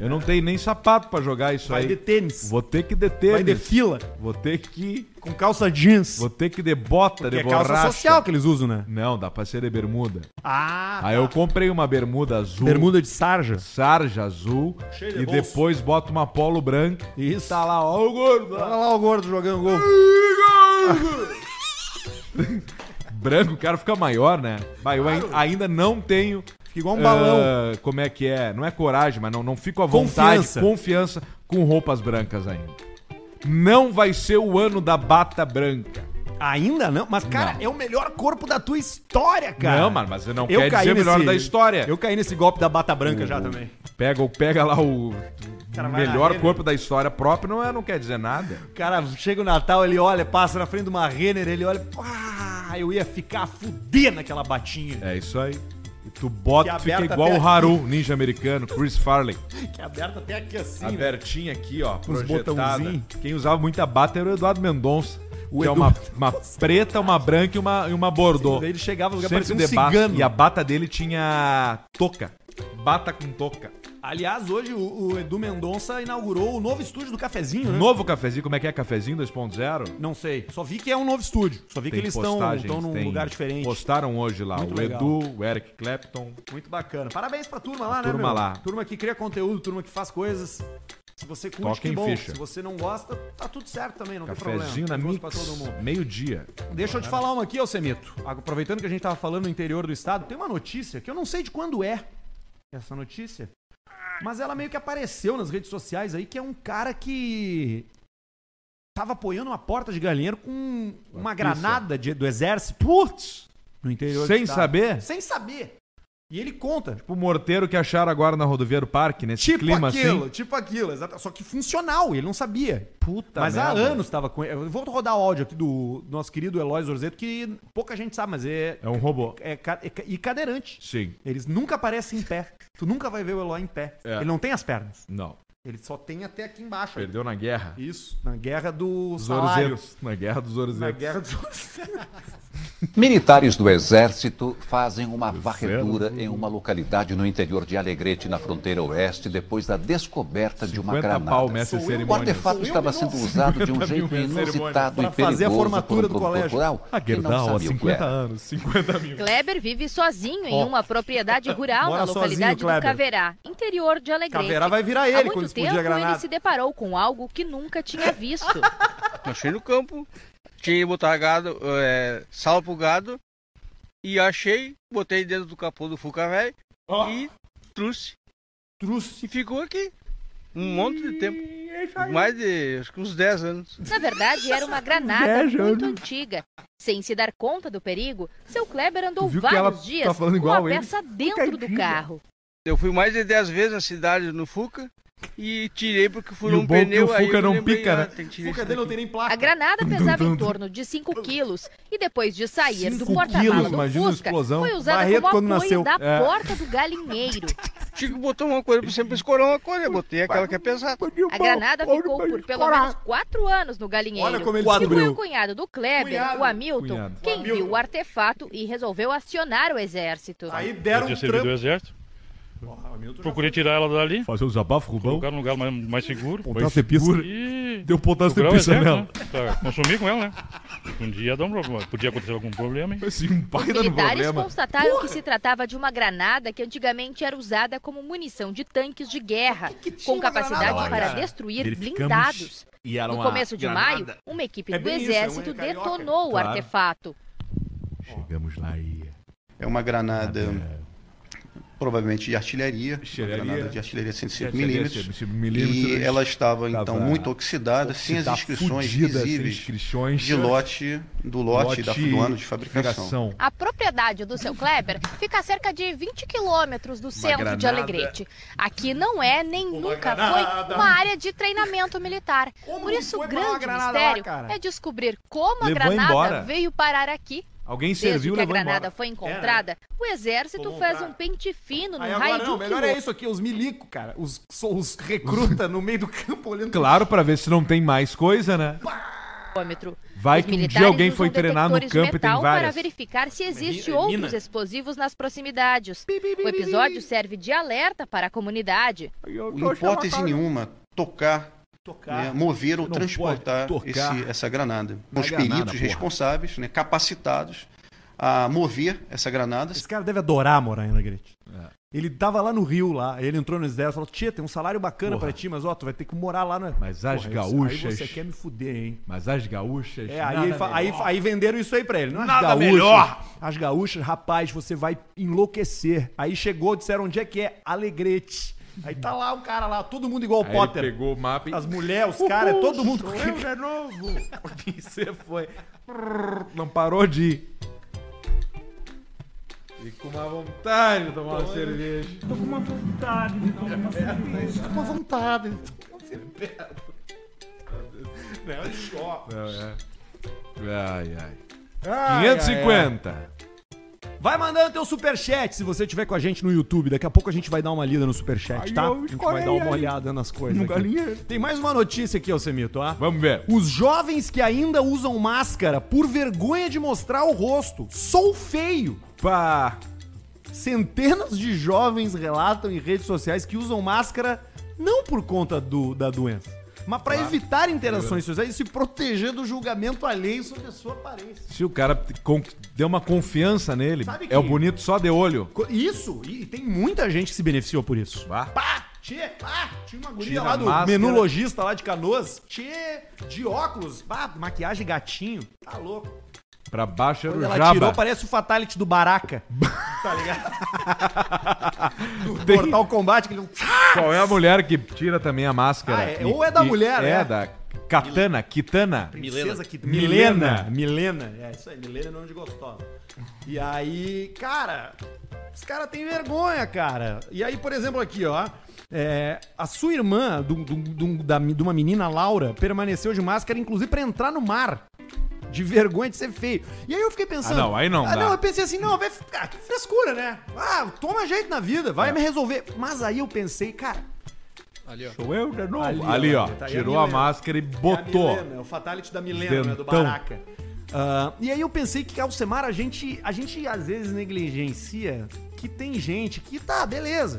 B: Eu não tenho nem sapato pra jogar isso
A: Vai
B: aí.
A: de tênis.
B: Vou ter que deter.
A: Vai de fila.
B: Vou ter que.
A: Com calça jeans.
B: Vou ter que de bota,
A: Que
B: de
A: é
B: borracha.
A: calça social que eles usam, né?
B: Não, dá pra ser de bermuda.
A: Ah,
B: Aí eu comprei uma bermuda azul.
A: bermuda de sarja.
B: sarja azul
A: Cheio de
B: e
A: bolso.
B: depois bota uma polo branca.
A: Isso.
B: Tá lá, ó o gordo. ó.
A: Olha lá o gordo jogando gol.
B: Branco, o cara fica maior, né? Mas eu ai- ainda não tenho.
A: Fica igual um balão.
B: ah, como é que é? Não é coragem, mas não, não fico à vontade,
A: Confiança.
B: confiança. com roupas brancas ainda. Não vai ser o ano da bata branca.
A: Ainda não? Mas, cara,
B: Não.
A: é o melhor corpo da tua história, cara.
B: Não, mano, mas não
A: Eu
B: quer
A: caí
B: dizer o melhor
A: nesse-
B: da história. Uhum.
A: Eu caí nesse golpe da bata branca já também.
B: Pega, ou pega lá o
A: cara vai na
B: melhor
A: rede.
B: corpo da história próprio, não, é, não quer dizer nada.
A: O cara chega o Natal, ele olha, passa na frente de uma Renner, ele olha, ah, eu ia ficar a fuder naquela batinha.
B: É isso aí. E tu
A: Que
B: bota,
A: aberta
B: fica igual
A: até
B: o Haru, ninja americano, Chris Farley.
A: Que é aberta até aqui assim, né?
B: Abertinha aqui, ó,
A: Uns
B: projetada.
A: botãozinho.
B: Quem usava muita bata era o Eduardo Mendonça.
A: O
B: que é
A: Edu-
B: uma, uma preta, uma branca e uma, e uma bordô.
A: Daí ele chegava no lugar,
B: Sempre
A: parecia um
B: de bata.
A: cigano.
B: E a bata dele tinha toca. Bata com toca.
A: Aliás, hoje o, o Edu Mendonça inaugurou o novo estúdio do Cafezinho, né?
B: Novo cafezinho, como é que é? Cafezinho 2.0?
A: Não sei. Só vi que é um novo estúdio. Só vi que eles estão
B: postagens,
A: estão num
B: tem-
A: lugar diferente.
B: Postaram hoje lá
A: Muito
B: o
A: legal.
B: Edu, o Eric Clapton.
A: Muito bacana. Parabéns pra turma lá, né,
B: turma lá.
A: Turma que cria conteúdo, turma que faz coisas. Se você curte,
B: Toca
A: que
B: em
A: bom.
B: ficha.
A: Se você não gosta, tá tudo certo também, não tem
B: Cafezinho
A: problema.
B: na
A: Gosto pra todo
B: Mix,
A: mundo.
B: meio-dia. Tipo
A: Deixa eu te falar uma aqui, Alcemito. Aproveitando que a gente tava falando no interior do estado, tem uma notícia que eu não sei de quando é essa notícia, mas ela meio que apareceu nas redes sociais aí, que é um cara que tava apoiando uma porta de galinheiro com uma
B: pizza.
A: granada de- do exército. Putz! No interior
B: Sem
A: estado.
B: saber?
A: Sem saber. E ele conta.
B: Tipo o morteiro que acharam agora na rodovia do parque, nesse
A: Tipo
B: clima
A: aquilo,
B: assim.
A: tipo aquilo, exato. Só que funcional, ele não sabia.
B: Puta
A: mas há
B: Tá merda.
A: anos tava com ele. Eu vou rodar o áudio aqui do nosso querido Eloy Zorzeto, que pouca gente sabe, mas é,
B: É um robô.
A: é, ca- é ca- e cadeirante.
B: Sim.
A: Eles nunca aparecem em pé. Tu nunca vai ver o Eloy em pé.
B: É.
A: Ele não tem as pernas.
B: Não.
A: Ele só tem até aqui embaixo.
B: Perdeu na guerra.
A: Isso. Na guerra do
B: Dos
A: salário.
B: Ourozeros. Na guerra dos
A: Na
B: Ourozeros.
A: guerra dos
G: Militares do Exército fazem uma varredura em uma localidade no interior de Alegrete, na fronteira oeste, depois da descoberta de uma
B: 50 pau,
G: granada.
B: mestre
A: Sou eu,
G: O
B: cerimônia.
G: artefato estava sendo usado de um
B: 50
G: jeito
B: mil mestre
G: inusitado
A: cerimônia.
G: e
A: Pra fazer a
G: perigoso por
A: formatura
G: um
A: do
G: produtor
A: colégio.
G: rural
B: A
G: que não
B: Gerdau, há
G: sabia o que é?
B: 50
G: era.
B: anos. 50 mil.
H: Kleber vive sozinho em
A: Ó.
H: uma propriedade rural
A: Mora
H: na localidade
A: sozinho,
H: do
A: Kleber.
H: Caverá, interior de Alegrete.
A: Caverá vai virar
H: Há
A: ele
H: muito
A: quando explodir
H: tempo
A: a granada.
H: ele se deparou com algo que nunca tinha visto.
D: Achei no campo, tinha que botar gado, é, sal pro gado, e achei, botei dentro do capô do Fuca velho e trouxe.
A: Trouxe.
D: E ficou aqui um monte de tempo. Mais de acho que uns 10 anos.
H: Na verdade, era uma granada
B: né?
H: muito antiga. Sem se dar conta do perigo, seu Kleber andou
B: Tu viu que ela
H: vários
B: tá
H: dias
B: falando
H: com
B: igual
H: a
B: a ele?
H: peça dentro do carro.
D: Eu fui mais de 10 vezes na cidade no Fuca e tirei porque
B: E
D: furou
B: o
D: um
B: bom é que
D: pneu
B: o
D: aí.
B: Fuca
D: eu
B: não
D: lembrei,
B: pica,
D: ah,
B: né?
D: tem que tirar
A: Fuca
D: isso
A: é dele não
D: daqui.
A: tem nem placa.
H: A granada pesava em torno de 5 quilos e depois de sair do
B: Cinco
H: porta-malas
B: quilos,
H: do
B: imagina a
H: Fusca,
B: explosão.
H: foi usada
A: Barreto
H: como
A: quando
H: apoio
A: nasceu.
H: da
B: É.
H: porta do galinheiro.
D: Tinha que botar uma coisa pra sempre escorar uma coisa. Eu botei aquela que é pesada.
H: A granada ficou por pelo menos quatro anos no galinheiro.
A: Olha como ele
H: e
A: descobriu.
H: foi o cunhado do Kleber,
A: Cunhado.
H: o Hamilton,
B: Cunhado.
H: quem viu o artefato e resolveu acionar o exército.
A: Aí deram um
I: Tinha servido o
A: trampo.
I: exército. Procurei tirar ela dali,
B: Fazer um desabafo, Rubão.
I: colocar num lugar mais, mais seguro.
B: Contrato de pista.
I: E
D: de.
A: Deu potássio de
D: do
B: um
D: grau, é
A: pizza
D: certo,
A: nela.
D: né? Pra consumir com ela, né? Um dia dá um problema. Podia acontecer algum problema, hein?
B: Esse impacto
H: Os militares constataram que se tratava de uma granada que antigamente era usada como munição de tanques de guerra, com capacidade para destruir
A: Verificamos.
H: blindados.
A: E era
H: No
A: uma
H: começo de
A: granada.
H: maio, uma equipe
A: É
H: do
A: bem isso, é um
H: exército
A: carioca.
H: detonou
A: Claro.
H: o artefato.
A: Chegamos lá e.
E: É uma granada, provavelmente de artilharia,
A: Artilharia.
E: Uma granada de artilharia 105
A: Artilharia
E: milímetros.
A: 105 milímetros.
E: E ela estava,
A: Tava
E: então, muito oxidada, sem as
A: oxidar,
E: inscrições
A: fudida, sem
E: visíveis
A: inscrições.
E: de lote, do lote, da,
A: Lote
E: do ano de
A: de
E: fabricação.
A: fabricação.
H: A propriedade do seu Kleber fica a cerca de 20 quilômetros do centro de
E: granada.
H: Alegrete. Aqui não é, nem nunca
A: granada.
H: foi, uma área de treinamento militar. Por isso, o grande
A: granada lá,
H: mistério
A: cara?
H: é descobrir como a
B: Levou
H: granada
B: embora.
H: veio parar aqui.
B: Alguém
H: Desde
B: serviu,
H: que a
B: levou embora. É, né?
H: granada foi encontrada, o exército
A: Tomou um
H: fez
A: trago.
H: um pente fino no
A: Aí
H: raio
A: agora
H: de
A: não,
H: um
A: melhor é isso aqui, os milico, cara. Os, so- os recruta no meio do campo olhando.
B: Claro, pra ver se não tem mais coisa, né?
H: quilômetro.
B: Vai
H: Os
B: que um dia
H: militares
B: alguém foi
H: usam
B: treinar no
H: detectores de
B: campo e tem
H: metal para
B: várias.
H: verificar se
A: é
H: existe
B: mina.
H: outros explosivos nas proximidades. O episódio serve de alerta para a comunidade.
E: Em hipótese nenhuma, tocar, né, mover ou
A: Ah, Não
E: transportar
A: pode tocar
E: esse- essa granada.
A: na
E: Os
A: granada,
E: peritos
A: porra.
E: responsáveis, né, capacitados a mover essa granada.
A: Esse cara deve adorar morar em Alegrete.
B: É.
A: Ele tava lá no Rio, lá, ele entrou no exército e falou: Tia, tem um salário bacana
B: Porra.
A: pra ti, mas ó, tu vai ter que morar lá na.
B: Mas
A: Porra,
B: as
A: aí você- Aí
B: gaúchas.
A: você quer me fuder, hein?
B: Mas as gaúchas.
A: É, aí, ele fa- aí, fa- aí venderam isso aí pra ele. Não, as
B: Nada
A: gaúchas.
B: melhor.
A: As gaúchas, rapaz, você vai enlouquecer. Aí chegou, disseram onde é que é? Alegrete. Aí tá lá o cara lá, todo mundo igual o
B: Aí ele
A: Potter.
B: pegou o mapa e.
A: As é mulheres, os caras, todo mundo.
B: Sou eu de novo. E você foi. Não parou de ir. E com uma vontade de tomar uma cerveja.
J: Tô com uma vontade de tomar uma cerveja. Tô com uma vontade de tomar uma cerveja.
A: Não, choque.
B: Não, é. Ai, ai.
A: Ai,
B: 550.
A: Vai mandando teu superchat se você estiver com a gente no YouTube. Daqui a pouco a gente vai dar uma lida no superchat,
B: Aí
A: tá? A
B: eu
A: gente vai
B: escolhi
A: dar uma
B: aí.
A: olhada nas coisas.
B: No
A: aqui.
B: galinheiro.
A: Tem mais uma notícia aqui, Alcemito, ó.
B: Vamos ver.
A: Os jovens que ainda usam máscara por vergonha de mostrar o rosto. Sou feio. Pá. Centenas de jovens relatam em redes sociais que usam máscara não por conta do- da doença, mas pra
B: É
A: evitar interações sociais e se proteger do julgamento alheio sobre a sua aparência.
B: Se o cara con- deu uma confiança nele,
A: Sabe que-
B: é o bonito só de olho.
A: Co- Isso, e tem muita gente que se beneficiou por isso. Pá, tchê, pá, tinha uma guria
B: Tira
A: lá do
B: a máscara.
A: menu lojista lá de Canoas, tchê, de óculos, pá, maquiagem gatinho, tá louco.
B: Pra baixo era o
A: Quando ela
B: jaba.
A: tirou, parece o Fatality do Baraka, tá ligado? Do Mortal Kombat, que ele...
B: Qual é a mulher que tira também a máscara?
A: Ah, é- ou é da mulher,
B: é?
A: né?
B: É, da Katana, Kitana.
A: Princesa que...
B: Milena.
A: Milena. Milena. É isso aí, Milena é nome de gostosa. E aí, cara, os caras têm vergonha, cara. E aí, por exemplo, aqui, ó. é, a sua irmã, de um- de um- de um- da- de uma menina, Laura, permaneceu de máscara, inclusive, pra entrar no mar. De vergonha de ser feio. E aí eu fiquei pensando.
B: Ah, não, aí não
A: Ah,
B: dá.
A: não, eu pensei assim, não, vai ficar. Que frescura, né? Ah, toma jeito na vida,
B: É.
A: vai me resolver. Mas aí eu pensei, cara.
K: Ali, ó.
B: Sou eu de novo.
A: Ali,
B: Ali,
A: ó,
B: ó.
A: tá aí a
B: tirou a,
A: Milena.
B: máscara e
A: É, a
B: botou.
A: Milena, é o Fatality da Milena, né, do
B: Dentão.
A: Baraka. Ah, e aí eu pensei que Alcemar, a gente, a gente às vezes negligencia que tem gente que tá, beleza.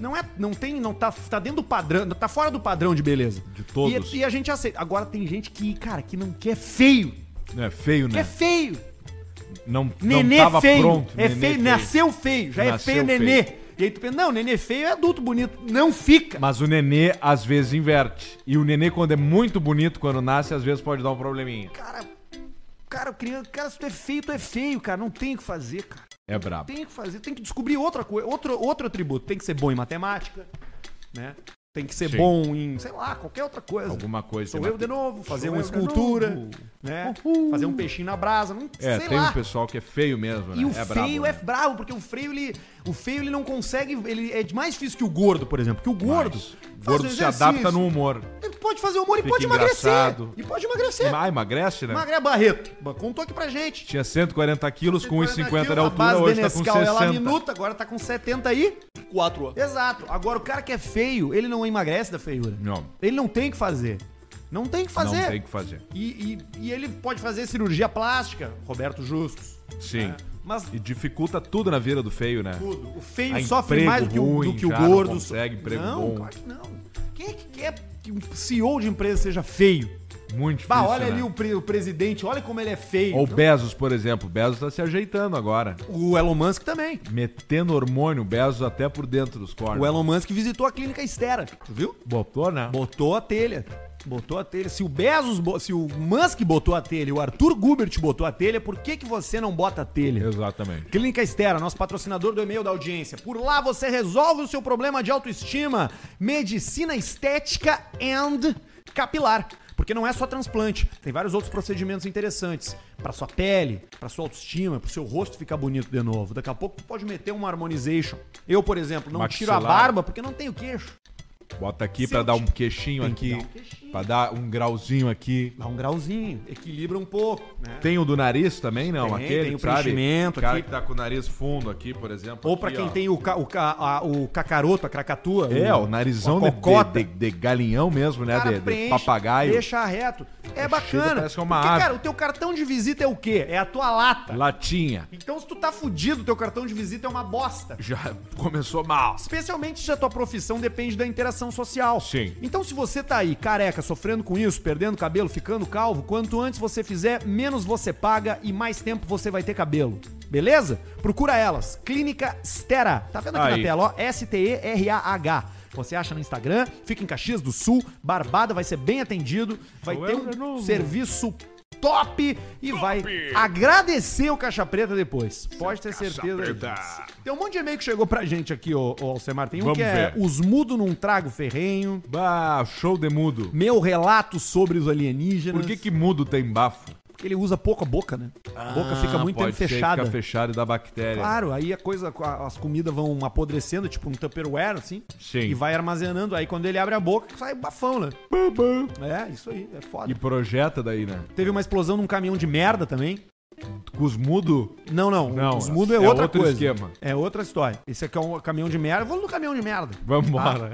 A: Não é, não tem, não tá, tá dentro do padrão, tá fora do padrão de beleza. De
B: todos.
A: E, e a gente aceita. Agora tem gente que, cara, que não quer feio,
B: É feio,
A: que é
B: né?
A: feio.
B: Não,
A: Nenê
B: não tava
A: feio.
B: pronto.
A: é
B: nenê
A: feio, nasceu feio, já
B: Nasceu
A: é feio nenê.
B: feio.
A: E aí tu pensa, não, nenê feio é adulto bonito, não fica.
B: Mas o nenê às vezes inverte. E o nenê, quando é muito bonito, quando nasce, às vezes pode dar um probleminha.
A: Cara, criança, cara, se tu é feio, tu é feio, cara, não tem o que fazer, cara.
B: É brabo.
A: Tem que fazer, tem que descobrir outra coisa, outro, outro atributo. Tem que ser bom em matemática, né? Tem que ser
B: Sim.
A: bom em, sei lá, qualquer outra coisa.
B: Alguma coisa.
A: Sou
B: tem
A: eu
B: uma-
A: de novo, fazer
B: Sou
A: uma
B: eu de
A: escultura,
B: novo.
A: né? Fazer um peixinho na brasa, não
B: É,
A: sei
B: tem
A: lá.
B: um pessoal que é feio mesmo, né?
A: E o
B: é brabo,
A: feio
B: né?
A: é bravo, porque o feio, ele, o feio ele não consegue. Ele é mais difícil que o gordo, por exemplo. Que o gordo.
B: O
A: faz
B: gordo
A: um
B: se
A: exercício,
B: adapta no humor.
A: Ele pode fazer humor e
B: Fica
A: pode emagrecer.
B: engraçado.
A: E pode emagrecer.
B: Ah, emagrece, né?
A: Magré Barreto, contou aqui pra gente.
B: Tinha 140 quilos com 1,50 de
A: A
B: altura,
A: base
B: hoje tá com
A: Benescal é lá
B: 60.
A: minuta, agora tá com 70 aí. 4 Exato. Agora o cara que é feio, ele não emagrece da feiura.
B: Não,
A: Ele não tem o que fazer. Não tem o que fazer.
B: não tem o que fazer.
A: E, e- e ele pode fazer cirurgia plástica, Roberto Justus. né?
B: Sim.
A: Mas
B: E dificulta tudo na vida do feio, né?
A: É. tudo. O feio
B: Ah,
A: sofre
B: emprego
A: mais do que o, do
B: ruim
A: que o
B: já,
A: gordo.
B: Não consegue emprego
A: não,
B: bom.
A: claro que não. Quem é que quer que um CEO de empresa seja feio.
B: Muito difícil.
A: Bah, olha
B: né?
A: ali o, pre- o presidente, olha como ele é feio.
B: Ou o Bezos, por exemplo. O Bezos tá se ajeitando agora.
A: O Elon Musk também.
B: Metendo hormônio, o Bezos até por dentro dos cornos.
A: O Elon Musk visitou a clínica Estera, tu viu?
B: Botou, né?
A: Botou a telha. Botou a telha. Se o Bezos, bo- se o Musk botou a telha, e o Arthur Gubert botou a telha, por que, que você não bota a telha?
B: Exatamente.
A: Clínica Estera, nosso patrocinador do e-mail da audiência. Por lá você resolve o seu problema de autoestima, medicina estética and capilar. Porque não é só transplante, tem vários outros procedimentos interessantes Pra sua pele, pra sua autoestima, pro seu rosto ficar bonito de novo. Daqui a pouco tu pode meter uma harmonization. Eu, por exemplo, não tiro a
B: Maxilar.
A: barba porque não tenho queixo.
B: Bota aqui pra dar um queixinho
A: Tem que
B: aqui.
A: dar um
B: Pra dar um grauzinho aqui.
A: Dá um grauzinho, equilibra um pouco, né?
B: Tem o do nariz também, não?
A: Tem,
B: Aquele,
A: tem o
B: sabe?
A: preenchimento
B: O cara
A: aqui.
B: que tá com o nariz fundo aqui, por exemplo.
A: Ou pra
B: aqui,
A: quem
B: ó.
A: tem o, ca- o, ca- a- o cacaroto, a cracatua.
B: É, o narizão
A: a
B: de,
A: cocota.
B: de, de- de galinhão mesmo, né?
A: cara
B: De, de
A: preenche,
B: papagaio.
A: Deixa reto. É bacana.
B: parece que é uma
A: Porque,
B: ave.
A: cara, o teu cartão de visita é o quê? É a tua lata.
B: Latinha.
A: Então, se tu tá fudido, teu cartão de visita é uma bosta.
B: Já começou mal.
A: Especialmente se a tua profissão depende da interação social.
B: Sim.
A: Então, se você tá aí careca, sofrendo com isso, perdendo cabelo, ficando calvo, quanto antes você fizer, menos você paga e mais tempo você vai ter cabelo. Beleza? Procura elas. Clínica Stera. Tá vendo aqui
B: Aí.
A: na tela, ó? S-T-E-R-A-H. Você acha no Instagram, fica em Caxias do Sul, Barbada, vai ser bem atendido, vai
B: Sou
A: ter
B: eu de
A: um
B: novo.
A: serviço top e vai agradecer o Caixa Preta depois. Pode ter certeza. disso. Tem um monte de e-mail que chegou pra gente aqui, ô, ô Alcemar. Tem um
B: Vamos
A: que é
B: ver.
A: Os Mudo Num Trago Ferrenho.
B: Bah, show de mudo.
A: Meu relato sobre os alienígenas.
B: Por que que mudo tem bafo?
A: Porque ele usa pouco a boca, né? A boca fica
B: Ah,
A: muito tempo
B: pode ser,
A: fechada.
B: Fica fechado e dá bactéria.
A: Claro, aí a coisa, a- as comidas vão apodrecendo, tipo um Tupperware, assim.
B: Sim.
A: E vai armazenando. Aí quando ele abre a boca, sai bafão, né? É, isso aí, é foda.
B: E projeta daí, né?
A: Teve uma explosão num caminhão de merda também.
B: Com os mudo,
A: Não, não.
B: Não,
A: os mudos é,
B: é
A: outra
B: outro
A: coisa.
B: esquema.
A: É outra história. Esse aqui é um caminhão de merda. Vou no caminhão de merda.
B: vambora.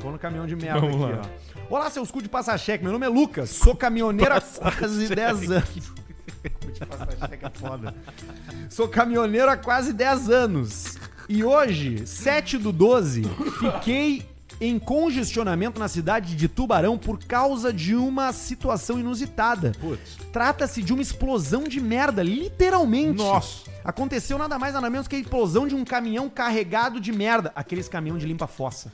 A: Vou no caminhão de merda
B: Vamos
A: aqui,
B: lá.
A: ó. Olá, seus cu de passacheque. Meu nome é Lucas. Sou caminhoneiro há quase 10 anos. Passacheque é foda. Sou caminhoneiro há quase 10 anos. E hoje, 7 do 12, fiquei em congestionamento na cidade de Tubarão por causa de uma situação inusitada.
B: Putz.
A: Trata-se de uma explosão de merda, literalmente.
B: Nossa.
A: Aconteceu nada mais nada menos que a explosão de um caminhão carregado de merda, aqueles caminhão de limpa fossa,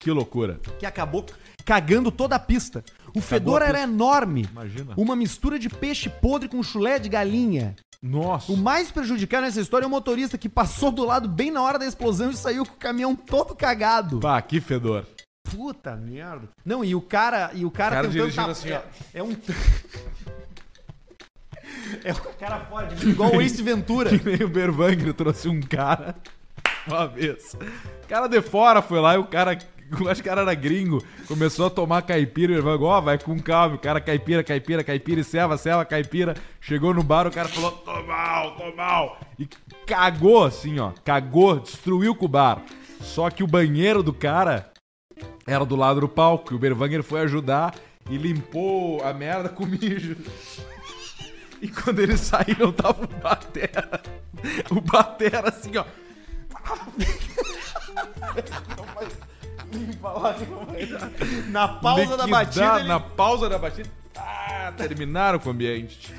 B: Que loucura.
A: que acabou cagando toda a pista. O fedor
B: a
A: era enorme.
B: Imagina.
A: Uma mistura de peixe podre com chulé de galinha.
B: Nossa.
A: O mais prejudicado nessa história é o motorista que passou do lado bem na hora da explosão e saiu com o caminhão todo cagado.
B: Pá, que fedor.
A: Puta merda. Não, e o cara, e o cara,
B: Cara
A: tentando
B: dirigindo
A: tap-
B: assim, ó.
A: é, é um É um cara fora de mim, igual o Ace Ventura.
B: Que nem o Bervangre trouxe um cara uma vez. O cara de fora foi lá e o cara. eu Acho que o cara era gringo. Começou a tomar caipira. Ele falou: Ó, vai com calma. O cara caipira, caipira, caipira. E serva, serva, caipira. Chegou no bar, o cara falou: Tô mal, tô mal. E cagou assim, ó. Cagou, destruiu com o bar. Só que o banheiro do cara era do lado do palco. E o Bervanger foi ajudar e limpou a merda com mijo. E quando eles saíram, tava o Batera. O Batera assim, ó.
A: Na pausa da
B: liquidar
A: batida. ele-
B: Na pausa da batida. Ah, terminaram com o ambiente.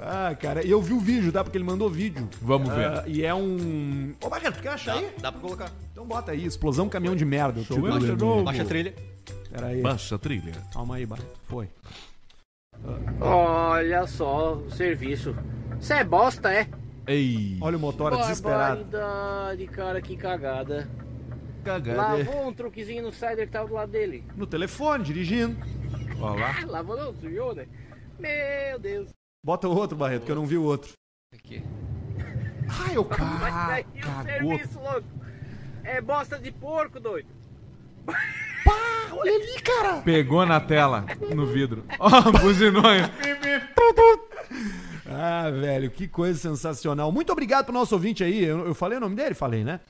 A: Ah, cara, e eu vi o vídeo, tá? Porque ele mandou vídeo.
B: Vamos
A: Ah,
B: ver.
A: e é um. Ô, Barreto, tu quer achar aí?
L: Dá pra colocar.
A: Então bota aí, explosão caminhão de merda. Show,
B: eu de novo.
L: Baixa a trilha.
A: Pera aí.
B: Baixa a trilha.
A: Calma aí, Barreto. Foi.
C: Olha só o serviço. Cê é bosta, é?
B: Ei.
A: Olha o motora desesperado.
C: Barbaridade, cara, que cagada.
B: Cagada.
C: Lavou um truquezinho no cider que tava do lado dele.
A: No telefone, dirigindo.
B: Olha lá.
C: Ah, lavou não, sujou, né? Meu Deus.
A: Bota o outro, Barreto, que eu não vi o outro. Ai, eu cara.
B: Ah,
C: Mas aí o serviço, louco. É bosta de porco, doido.
A: Pá, olha ali, cara.
B: Pegou na tela, no vidro. Ó, buzinonho.
A: Ah, velho, que coisa sensacional. Muito obrigado pro nosso ouvinte aí. Eu, eu falei o nome dele? Falei, né?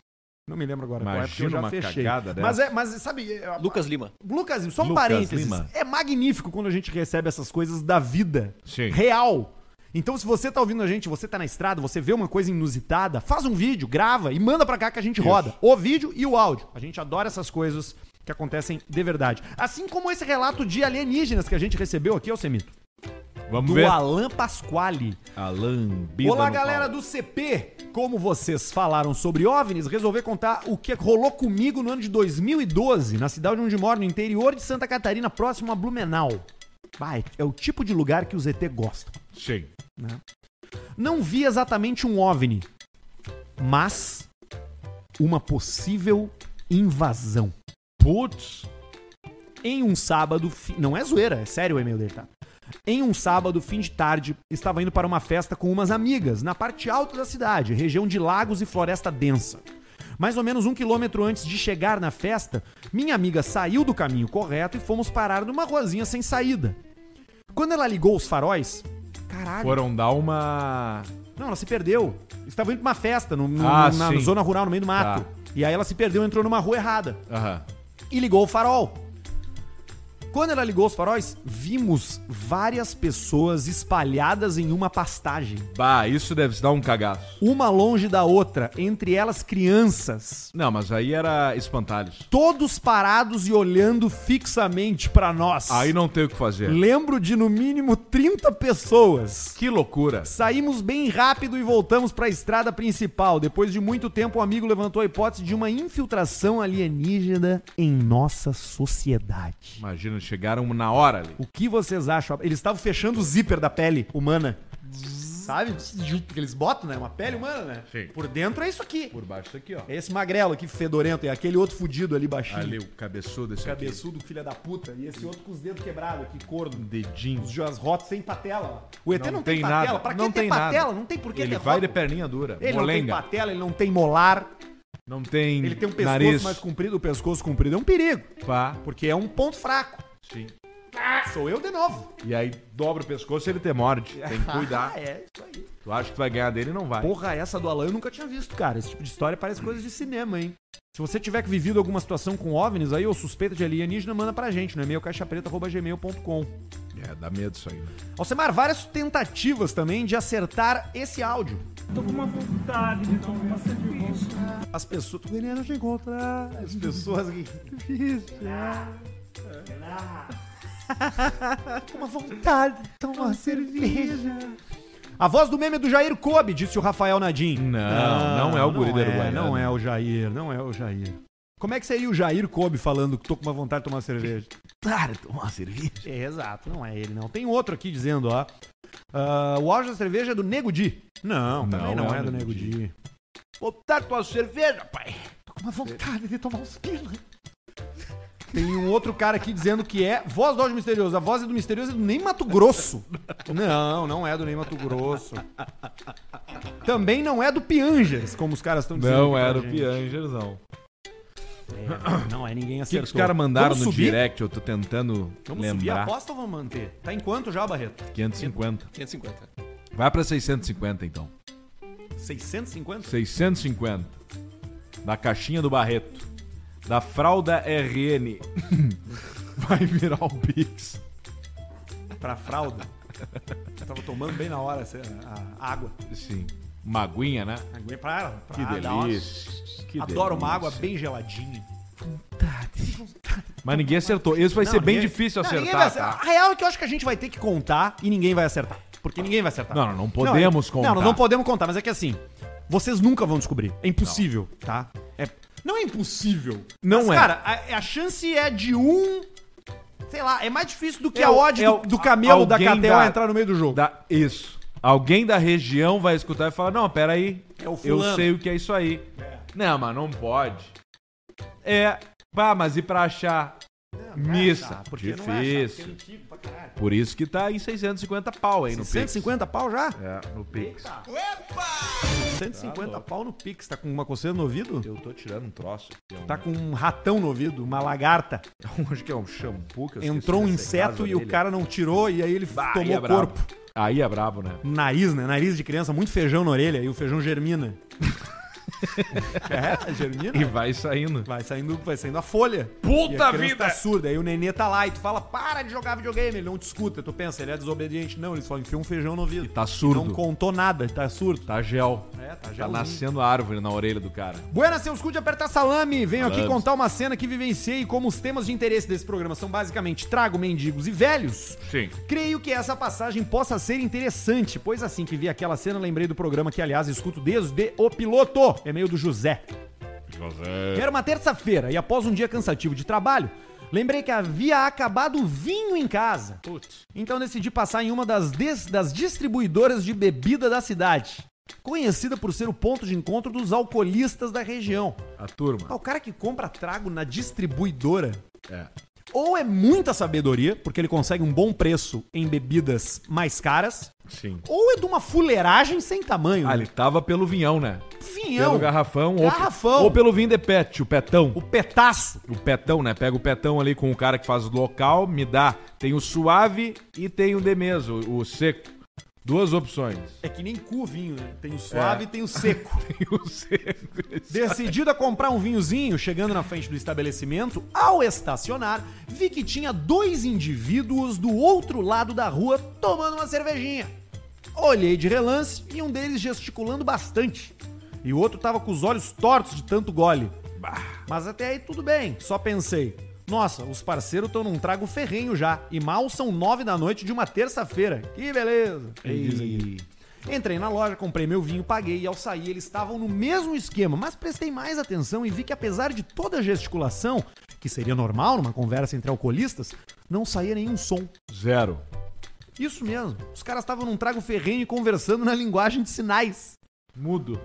A: Não me lembro agora qual é, porque eu
B: Imagina
A: já
B: uma
A: fechei.
B: cagada dessa.
A: mas, é, mas sabe, é,
L: Lucas Lima.
A: Lucas, só um
B: Lucas
A: parênteses.
B: Lima.
A: É magnífico quando a gente recebe essas coisas da vida
B: Sim.
A: real. Então, se você tá ouvindo a gente, você tá na estrada, você vê uma coisa inusitada, faz um vídeo, grava e manda pra cá que a gente roda. O vídeo e o áudio. A gente adora essas coisas que acontecem de verdade. Assim como esse relato de alienígenas que a gente recebeu aqui, Alcemito.
B: Vamos
A: do
B: ver.
A: Alan Pasquale.
B: Alan Bida
A: Olá,
B: no
A: galera
B: pau.
A: do CP! Como vocês falaram sobre OVNIs, resolvi contar o que rolou comigo no ano de 2012, na cidade onde moro, no interior de Santa Catarina, próximo a Blumenau. Bah, é- é o tipo de lugar que os ET gostam.
B: Sim.
A: né? Não vi exatamente um OVNI, mas uma possível invasão.
B: Putz!
A: Em um sábado, fi- não é zoeira, é sério o e-mail dele, tá? Em um sábado, fim de tarde, estava indo para uma festa com umas amigas, na parte alta da cidade, região de lagos e floresta densa. Mais ou menos um quilômetro antes de chegar na festa, minha amiga saiu do caminho correto e fomos parar numa ruazinha sem saída. Quando ela ligou os faróis, caralho.
B: Foram dar uma.
A: Não, ela se perdeu. Estava indo pra uma festa no- no-
B: Ah,
A: na
B: sim.
A: zona rural, no meio do mato. E aí ela se perdeu, entrou numa rua errada.
B: Aham.
A: E ligou o farol. Quando ela ligou os faróis, vimos várias pessoas espalhadas em uma pastagem.
B: Bah, isso deve dar um cagaço.
A: Uma longe da outra, entre elas crianças.
B: Não, mas aí era espantalhos.
A: Todos parados e olhando fixamente pra nós.
B: Aí não é. tem o que fazer.
A: Lembro de no mínimo 30 pessoas.
B: Que loucura.
A: Saímos bem rápido e voltamos pra estrada principal. Depois de muito tempo, um amigo levantou a hipótese de uma infiltração alienígena em nossa sociedade.
B: Imagina, chegaram na hora ali.
A: O que vocês acham? Eles estavam fechando o zíper da pele humana. Sabe? Que eles botam, né? Uma pele humana, né? Por dentro é isso aqui.
B: Por baixo tá aqui, ó.
A: É esse magrelo aqui, fedorento, é aquele outro fudido ali baixinho.
B: Ali, o cabeçudo esse aqui. Um
A: Cabeçudo, filha da puta. E esse outro com os dedos quebrados aqui, corno.
B: Dedinho.
A: Os Joas Rotas sem patela. ó. O ET não, tem, patela.
B: nada.
A: Pra que
B: não
A: tem,
B: nada.
A: patela? Não tem por que
B: Ele
A: ter
B: vai
A: rabo.
B: de perninha dura.
A: Ele
B: molenga.
A: não tem patela, ele não tem molar.
B: Não tem
A: Ele tem um pescoço
B: nariz.
A: mais comprido. O pescoço comprido é um perigo.
B: Pá.
A: Porque é um ponto fraco.
B: Sim.
A: Sou eu de novo.
B: E aí dobra o pescoço e ele te morde. Tem que cuidar.
A: Ah, é isso aí.
B: Tu acha que vai ganhar dele não vai.
A: Porra, essa do Alan eu nunca tinha visto, cara. Esse tipo de história parece coisa de cinema, hein? Se você tiver vivido alguma situação com OVNIs aí ou suspeita de alienígena, manda pra gente no e-mail caixapreta.gmail.com.
B: É, dá medo isso aí. né?
A: Alcemar, várias tentativas também de acertar esse áudio. Tô com uma vontade de tomar uma cerveja. As pessoas... Tu querendo te encontrar. As pessoas... Difícil. Tô com uma vontade de tomar uma cerveja. A voz do meme é do Jair Kobe, disse o Rafael Nadim.
B: não é o guri da Uruguaiana.
A: Não é o Jair, não é o Jair. Como é que seria o Jair Kobe falando que tô com uma vontade de tomar cerveja? Claro, tomar cerveja. É, exato, não é ele não. Tem outro aqui dizendo, ó. ah, o auge da cerveja é do Nego Di. Não, também não, é, do Nego Di. Vontade de tomar cerveja, pai. Tô com uma vontade de tomar uns pila. Tem um outro cara aqui dizendo que é voz do áudio misterioso. A voz é do misterioso é do Ney Mato Grosso. Não, não é do Ney Mato Grosso. Também não é do Piangers, como os caras estão dizendo. aqui
B: Não
A: pra
B: era o
A: gente.
B: Piangers, não.
A: É, não é, ninguém
B: O que, que
A: acertou.
B: os caras mandaram
A: Vamos
B: no
A: subir?
B: direct? Eu tô tentando
A: Vamos subir a
B: lembrar.
A: aposta ou vamos manter? Tá em quanto já, Barreto?
B: 550.
M: 550.
B: Vai pra 650, então.
A: 650?
B: 650. Da caixinha do Barreto. Da fralda RN. Vai virar o Pix.
A: Pra fralda? Eu tava tomando bem na hora essa- a a água.
B: Sim. Uma aguinha, né?
A: Aguinha pra ela.
B: Que delícia. Que
A: Adoro uma
B: delícia.
A: água bem geladinha.
B: Mas ninguém acertou. Esse vai
A: Não,
B: ser bem
A: ninguém-
B: difícil
A: Não, ninguém vai
B: acertar,
A: acertar.
B: tá?
A: A real é que eu acho que a gente vai ter que contar e ninguém vai acertar. Porque ninguém vai acertar.
B: Não, não, não podemos
A: é-
B: contar.
A: Não, nós não podemos contar, mas é que assim, vocês nunca vão descobrir. É impossível, tá? É, não é impossível.
B: Não
A: mas,
B: é.
A: Cara, a, a chance é de um. Sei lá, é mais difícil do que
B: É
A: a
B: o-
A: odd
B: é
A: do,
B: o-
A: do camelo da
B: alguém
A: Catel
B: da-
A: entrar no meio do jogo.
B: Da- Isso. Alguém da região vai escutar e falar: Não, peraí.
A: É o
B: Eu
A: fulano."
B: sei o que é isso aí. Não, mas não pode. É. Pá, mas e pra achar? Missa.
A: É, porque não é
B: Difícil. Por isso que tá em 650 pau aí no Pix.
A: 150 pau já?
B: É, no Pix. É. Ah,
A: 150 pau no Pix. Tá com uma coceira no ouvido?
B: Eu tô tirando um troço. aqui, é um-
A: Tá com um ratão no ouvido, uma lagarta.
B: Acho que é um shampoo que eu esqueci
A: Entrou um
B: de secar as
A: inseto e o
B: orelhas.
A: cara não tirou e aí ele
B: Bah, aí
A: tomou
B: é brabo.
A: corpo.
B: Aí é brabo, né?
A: Nariz, né? Nariz de criança, muito feijão na orelha e o feijão germina. É, germina.
B: E vai saindo.
A: Vai saindo, vai saindo a folha.
N: Puta
A: E a criança
N: vida!
A: Tá surda. Aí o nenê tá lá e tu fala, para de jogar videogame. Ele não te escuta. Tu pensa, ele é desobediente. Não, ele só enfia um feijão no ouvido.
B: Tá surdo.
A: Não contou nada, tá surdo.
B: Tá gel.
A: É, tá
B: Tá
A: gelzinho.
B: nascendo árvore na orelha do cara.
A: Buenas, seus cu de apertar salame. Venho aqui
B: Salames.
A: contar uma cena que vivenciei e como os temas de interesse desse programa são basicamente trago, mendigos e velhos.
O: Sim.
A: Creio que essa passagem possa ser interessante, pois assim que vi aquela cena, lembrei do programa que, aliás, escuto desde o piloto. É meio do José.
D: É.
O: José.
A: Era uma terça-feira e após um dia cansativo de trabalho, lembrei que havia acabado o vinho em casa. Então decidi passar em uma das, des- das distribuidoras de bebida da cidade. Conhecida por ser o ponto de encontro dos alcoolistas da região.
B: A turma.
A: Ah, o cara que compra trago na distribuidora. Ou é muita sabedoria, porque ele consegue um bom preço em bebidas mais caras.
B: Sim.
A: Ou é de uma fuleiragem sem tamanho.
B: Ah, ele tava pelo vinhão, né?
A: Vinhão.
B: Pelo garrafão. ou-
A: Garrafão.
B: Ou, pelo vinho de pet, o petão. O
A: petaço.
B: O petão, né? Pega o petão ali com o cara que faz o local, me dá. Tem o suave e tem o de mesa, o, o seco. Duas opções.
A: É que nem cu o vinho, né? Tem o suave
B: É.
A: e tem o seco.
B: tem o seco.
A: Decidido a comprar um vinhozinho, chegando na frente do estabelecimento, ao estacionar, vi que tinha dois indivíduos do outro lado da rua tomando uma cervejinha. Olhei de relance e um deles gesticulando bastante. E o outro tava com os olhos tortos de tanto gole. Mas até aí tudo bem, só pensei. Nossa, os parceiros estão num trago ferrenho já. E mal são nove da noite de uma terça-feira. Que beleza. Entrei na loja, comprei meu vinho, paguei e ao sair eles estavam no mesmo esquema, mas prestei mais atenção e vi que apesar de toda a gesticulação, que seria normal numa conversa entre alcoolistas, não saía nenhum som.
B: Zero.
A: Isso mesmo, os caras estavam num trago ferrenho e conversando na linguagem de sinais.
B: Mudo.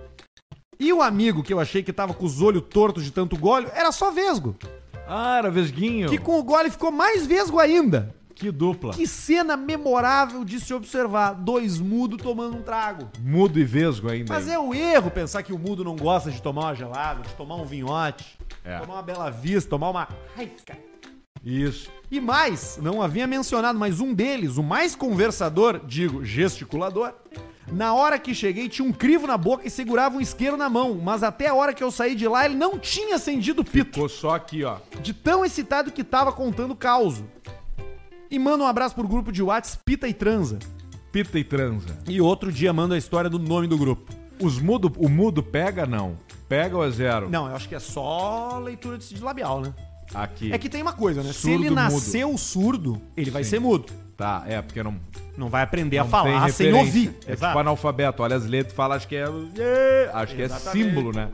A: E o amigo que eu achei que tava com os olhos tortos de tanto gole era só vesgo,
B: Ah, era vesguinho.
A: que com o gole ficou mais vesgo ainda.
B: Que dupla.
A: Que cena memorável de se observar, dois mudos tomando um trago.
B: Mudo e vesgo ainda.
A: Mas é o erro pensar que o mudo não gosta de tomar uma gelada, de tomar um vinhote,
B: É.
A: tomar uma bela vista, tomar uma. Ai, cara. é-
B: Isso.
A: E mais, não havia mencionado, mas um deles, o mais conversador, digo, gesticulador, na hora que cheguei tinha um crivo na boca e segurava um isqueiro na mão, mas até a hora que eu saí de lá ele não tinha acendido o pito,
B: Ficou só aqui, ó.
A: de tão excitado que tava contando o caos. E manda um abraço pro grupo de Whats Pita e Transa.
B: Pita e transa.
A: E outro dia manda a história do nome do grupo.
B: Os mudo, o mudo pega, não. Pega ou é zero?
A: Não, eu acho que é só leitura de labial, né?
B: Aqui.
A: É que tem uma coisa, né? Se
B: Surdo,
A: ele
B: mudo.
A: nasceu surdo, ele vai
B: Sim.
A: ser mudo.
B: Tá, é, porque não.
A: Não vai aprender a
B: não
A: falar
B: tem
A: sem
B: referência.
A: ouvir.
B: É tipo analfabeto. Olha as letras e fala, acho que é. Acho que é
A: Exatamente.
B: símbolo, né?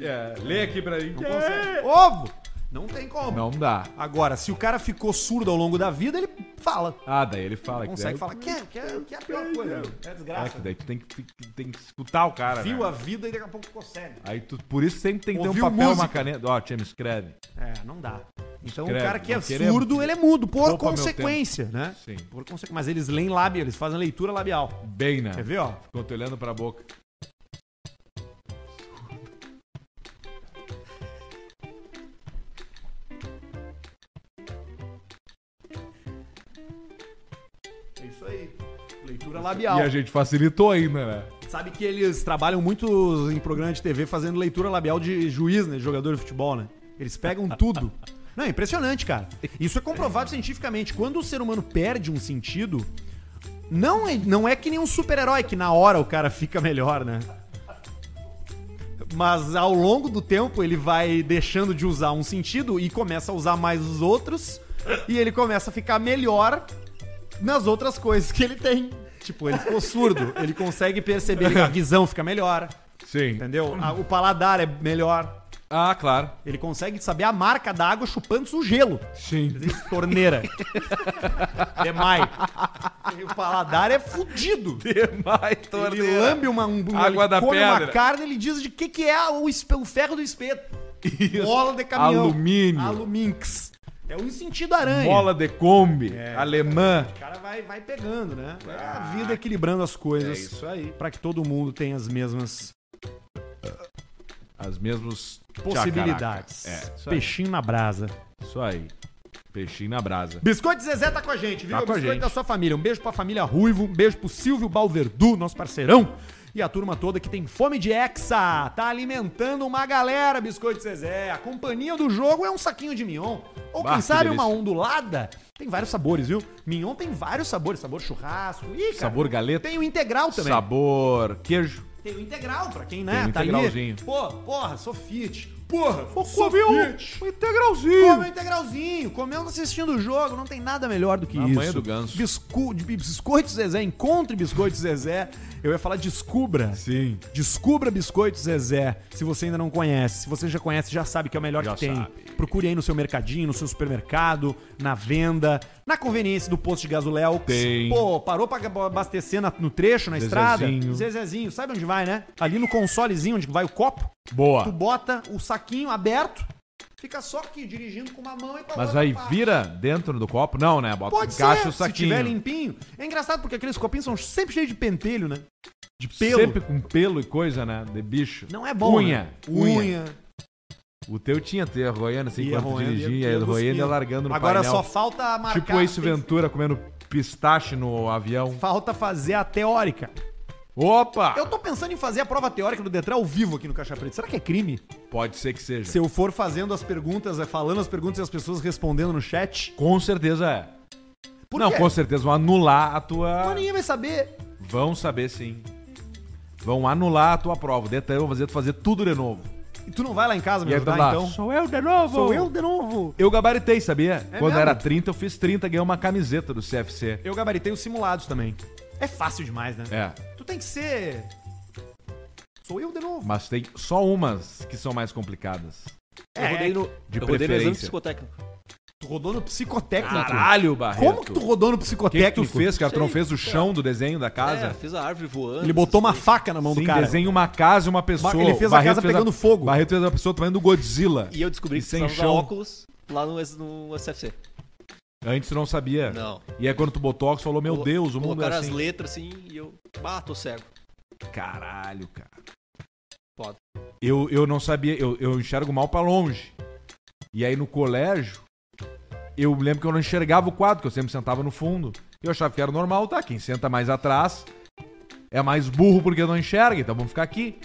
A: É,
B: lê aqui pra mim.
A: Não consegue. Ovo! Não tem como.
B: Não dá.
A: Agora, se o cara ficou surdo ao longo da vida, ele fala.
B: Ah, daí ele fala que
A: consegue
B: daí-
A: falar. Que é, que é, que é a pior coisa. É
B: É
A: desgraça.
B: que daí tu tem que, fi- tem que escutar o cara.
A: Viu
B: né?
A: a vida e daqui a pouco consegue.
B: Aí tu, por isso sempre tem que ter um
A: Ouviu
B: papel,
A: música.
B: uma caneta. Ó, tia, me escreve.
A: É, não dá. Então
B: Escreve,
A: o cara que é
B: não queremos.
A: surdo, ele é mudo, por
B: Poupa meu
A: consequência,
B: tempo.
A: né?
B: Sim.
A: Por consequência. Mas eles leem lábio, eles fazem leitura labial.
B: Bem, né?
A: Quer ver, ó?
B: Ficou te olhando pra boca.
A: É isso aí. Leitura
B: E a gente facilitou ainda, né?
A: Sabe que eles trabalham muito em programa de TV fazendo leitura labial de juiz, né? de Jogador de futebol, né? Eles pegam tudo. Não, é impressionante, cara. Isso é comprovado cientificamente. Quando o ser humano perde um sentido, não é, não é que nem um super-herói que na hora o cara fica melhor, né? Mas ao longo do tempo ele vai deixando de usar um sentido e começa a usar mais os outros e ele começa a ficar melhor nas outras coisas que ele tem. Tipo, ele ficou surdo, ele consegue perceber, a visão fica melhor,
B: Sim.
A: entendeu? A- O paladar é melhor.
B: Ah, claro.
A: Ele consegue saber a marca da água chupando o gelo.
B: Sim.
A: Existe torneira. Demais. E o paladar é fudido.
B: Demais,
A: Ele lambe uma, um,
B: Água
A: ele
B: da
A: come uma
B: pedra.
A: carne, ele diz de que que é o, espe- o ferro do espeto. Mola de caminhão.
B: Alumínio.
A: Aluminx. É um sentido aranha.
B: Mola de Kombi.
A: É.
B: alemã.
A: O cara vai, vai pegando, né? Vai a vida equilibrando as coisas.
B: Ah, É isso aí.
A: Pra que todo mundo tenha as mesmas
B: As mesmas
A: possibilidades.
B: Tchacaracas. É, isso aí.
A: Peixinho na brasa.
B: Isso aí. Peixinho na brasa.
A: Biscoito Zezé tá com a gente, viu?
B: Tá com a
A: Biscoito
B: gente.
A: da sua família. Um beijo pra família Ruivo, um beijo pro Silvio Balverdu, nosso parceirão. E a turma toda que tem fome de hexa. Tá alimentando uma galera, Biscoito Zezé. A companhia do jogo é um saquinho de mignon. Ou
B: Bah,
A: quem
B: que
A: sabe
B: delícia.
A: uma ondulada. Tem vários sabores, viu? Mignon tem vários sabores. Sabor churrasco. Ih, cara.
B: Sabor galeta.
A: Tem o integral também.
B: Sabor queijo.
A: Tem o integral pra quem, né?
B: Tem o
A: tá ali.
B: integralzinho.
A: Pô, porra, sou fit. Porra, vou
B: comer um-
A: integralzinho. Come um integralzinho, comendo assistindo o jogo, não tem nada melhor do que
B: Na
A: isso.
B: manhã do ganso.
A: Bisco... de- Biscoito Zezé, encontre Biscoito Zezé. Eu ia falar descubra. Sim. Descubra Biscoito Zezé, se você ainda não conhece. Se você já conhece, já sabe que é o melhor que tem. Procure aí no seu mercadinho, no seu supermercado, na venda, na conveniência do posto de gasoléu.
B: Tem.
A: Pô, parou pra abastecer na- no trecho, na estrada?
B: Zezezinho.
A: Zezezinho, sabe onde vai, né? Ali no consolezinho onde vai o copo.
B: Boa.
A: Tu bota o saquinho aberto, fica só aqui dirigindo com uma mão e com a
B: Mas
A: outra
B: aí
A: parte.
B: vira dentro do copo? Não, né? Bota,
A: Pode
B: encaixa
A: ser,
B: o
A: se tiver
B: saquinho.
A: limpinho. É engraçado porque aqueles copinhos são sempre cheios de pentelho, né? De
B: Sempre com pelo e coisa, né? De bicho.
A: Não é bom,
B: Unha.
A: né?
B: Unha.
A: Unha.
B: O teu tinha ter, arroiando assim,
A: Ia
B: enquanto
A: roendo, ia-
B: dirigia,
A: ia
B: e roendo e
A: cuspindo.
B: largando no
A: Agora é
B: painel.
A: só falta marcar.
B: Tipo Ace
A: tem-
B: Ventura comendo pistache no avião.
A: Falta fazer a teórica.
B: Opa!
A: Eu tô pensando em fazer a prova teórica do Detran ao vivo aqui no Caixa Preta. Será que é crime?
B: Pode ser que seja.
A: Se eu for fazendo as perguntas, é, falando as perguntas e as pessoas respondendo no chat.
B: Com certeza é.
A: Por
B: não,
A: quê?
B: com certeza vão anular a tua...
A: Mas ninguém vai saber.
B: Vão saber sim. Vão anular a tua prova. Dentro eu vou fazer, tu fazer tudo de novo.
A: E tu não vai lá em casa me
B: E aí tu tá
A: ajudar,
B: lá,
A: então?
B: Sou eu de novo?
A: Sou eu de novo.
B: Eu gabaritei, sabia?
A: É
B: Quando
A: mesmo?
B: era 30, eu fiz 30, ganhei uma camiseta do CFC.
A: Eu gabaritei os simulados também. É fácil demais, né?
B: É.
A: Tu tem que ser. Sou eu de novo.
B: Mas tem só umas que são mais complicadas.
A: É, Eu rodei no-
B: De
M: eu rodei no exame
B: preferência.
M: psicotécnico.
A: Tu rodou no psicotécnico.
B: Caralho, Barreto.
A: Como que tu rodou no
B: O que, que
A: psicotécnico?
B: tu fez, cara? Tu não
M: Sei,
B: fez o chão do desenho da casa?
M: É, fiz a árvore voando.
A: Ele botou uma faca na mão
B: Sim,
A: do cara.
B: desenha uma casa e uma pessoa.
A: Ele fez a casa
B: fez
A: pegando fogo.
B: Barreto fez a pessoa tomando Godzilla.
M: E eu descobri
B: E
M: que
B: sem
M: precisava usar
B: chão.
M: óculos lá no, S- no SFC.
B: Antes tu não sabia.
M: Não.
B: E aí quando tu botou óculos, falou, meu
M: Colo-
B: Deus, o mundo é
M: Colocaram as
B: assim.
M: letras assim e eu... Ah, tô cego.
B: Caralho, cara.
M: Foda.
B: Eu, eu não sabia, eu, eu enxergo mal pra longe. E aí no colégio, eu lembro que eu não enxergava o quadro, que eu sempre sentava no fundo. Eu achava que era normal, tá? Quem senta mais atrás é mais burro porque não enxerga, então vamos ficar aqui.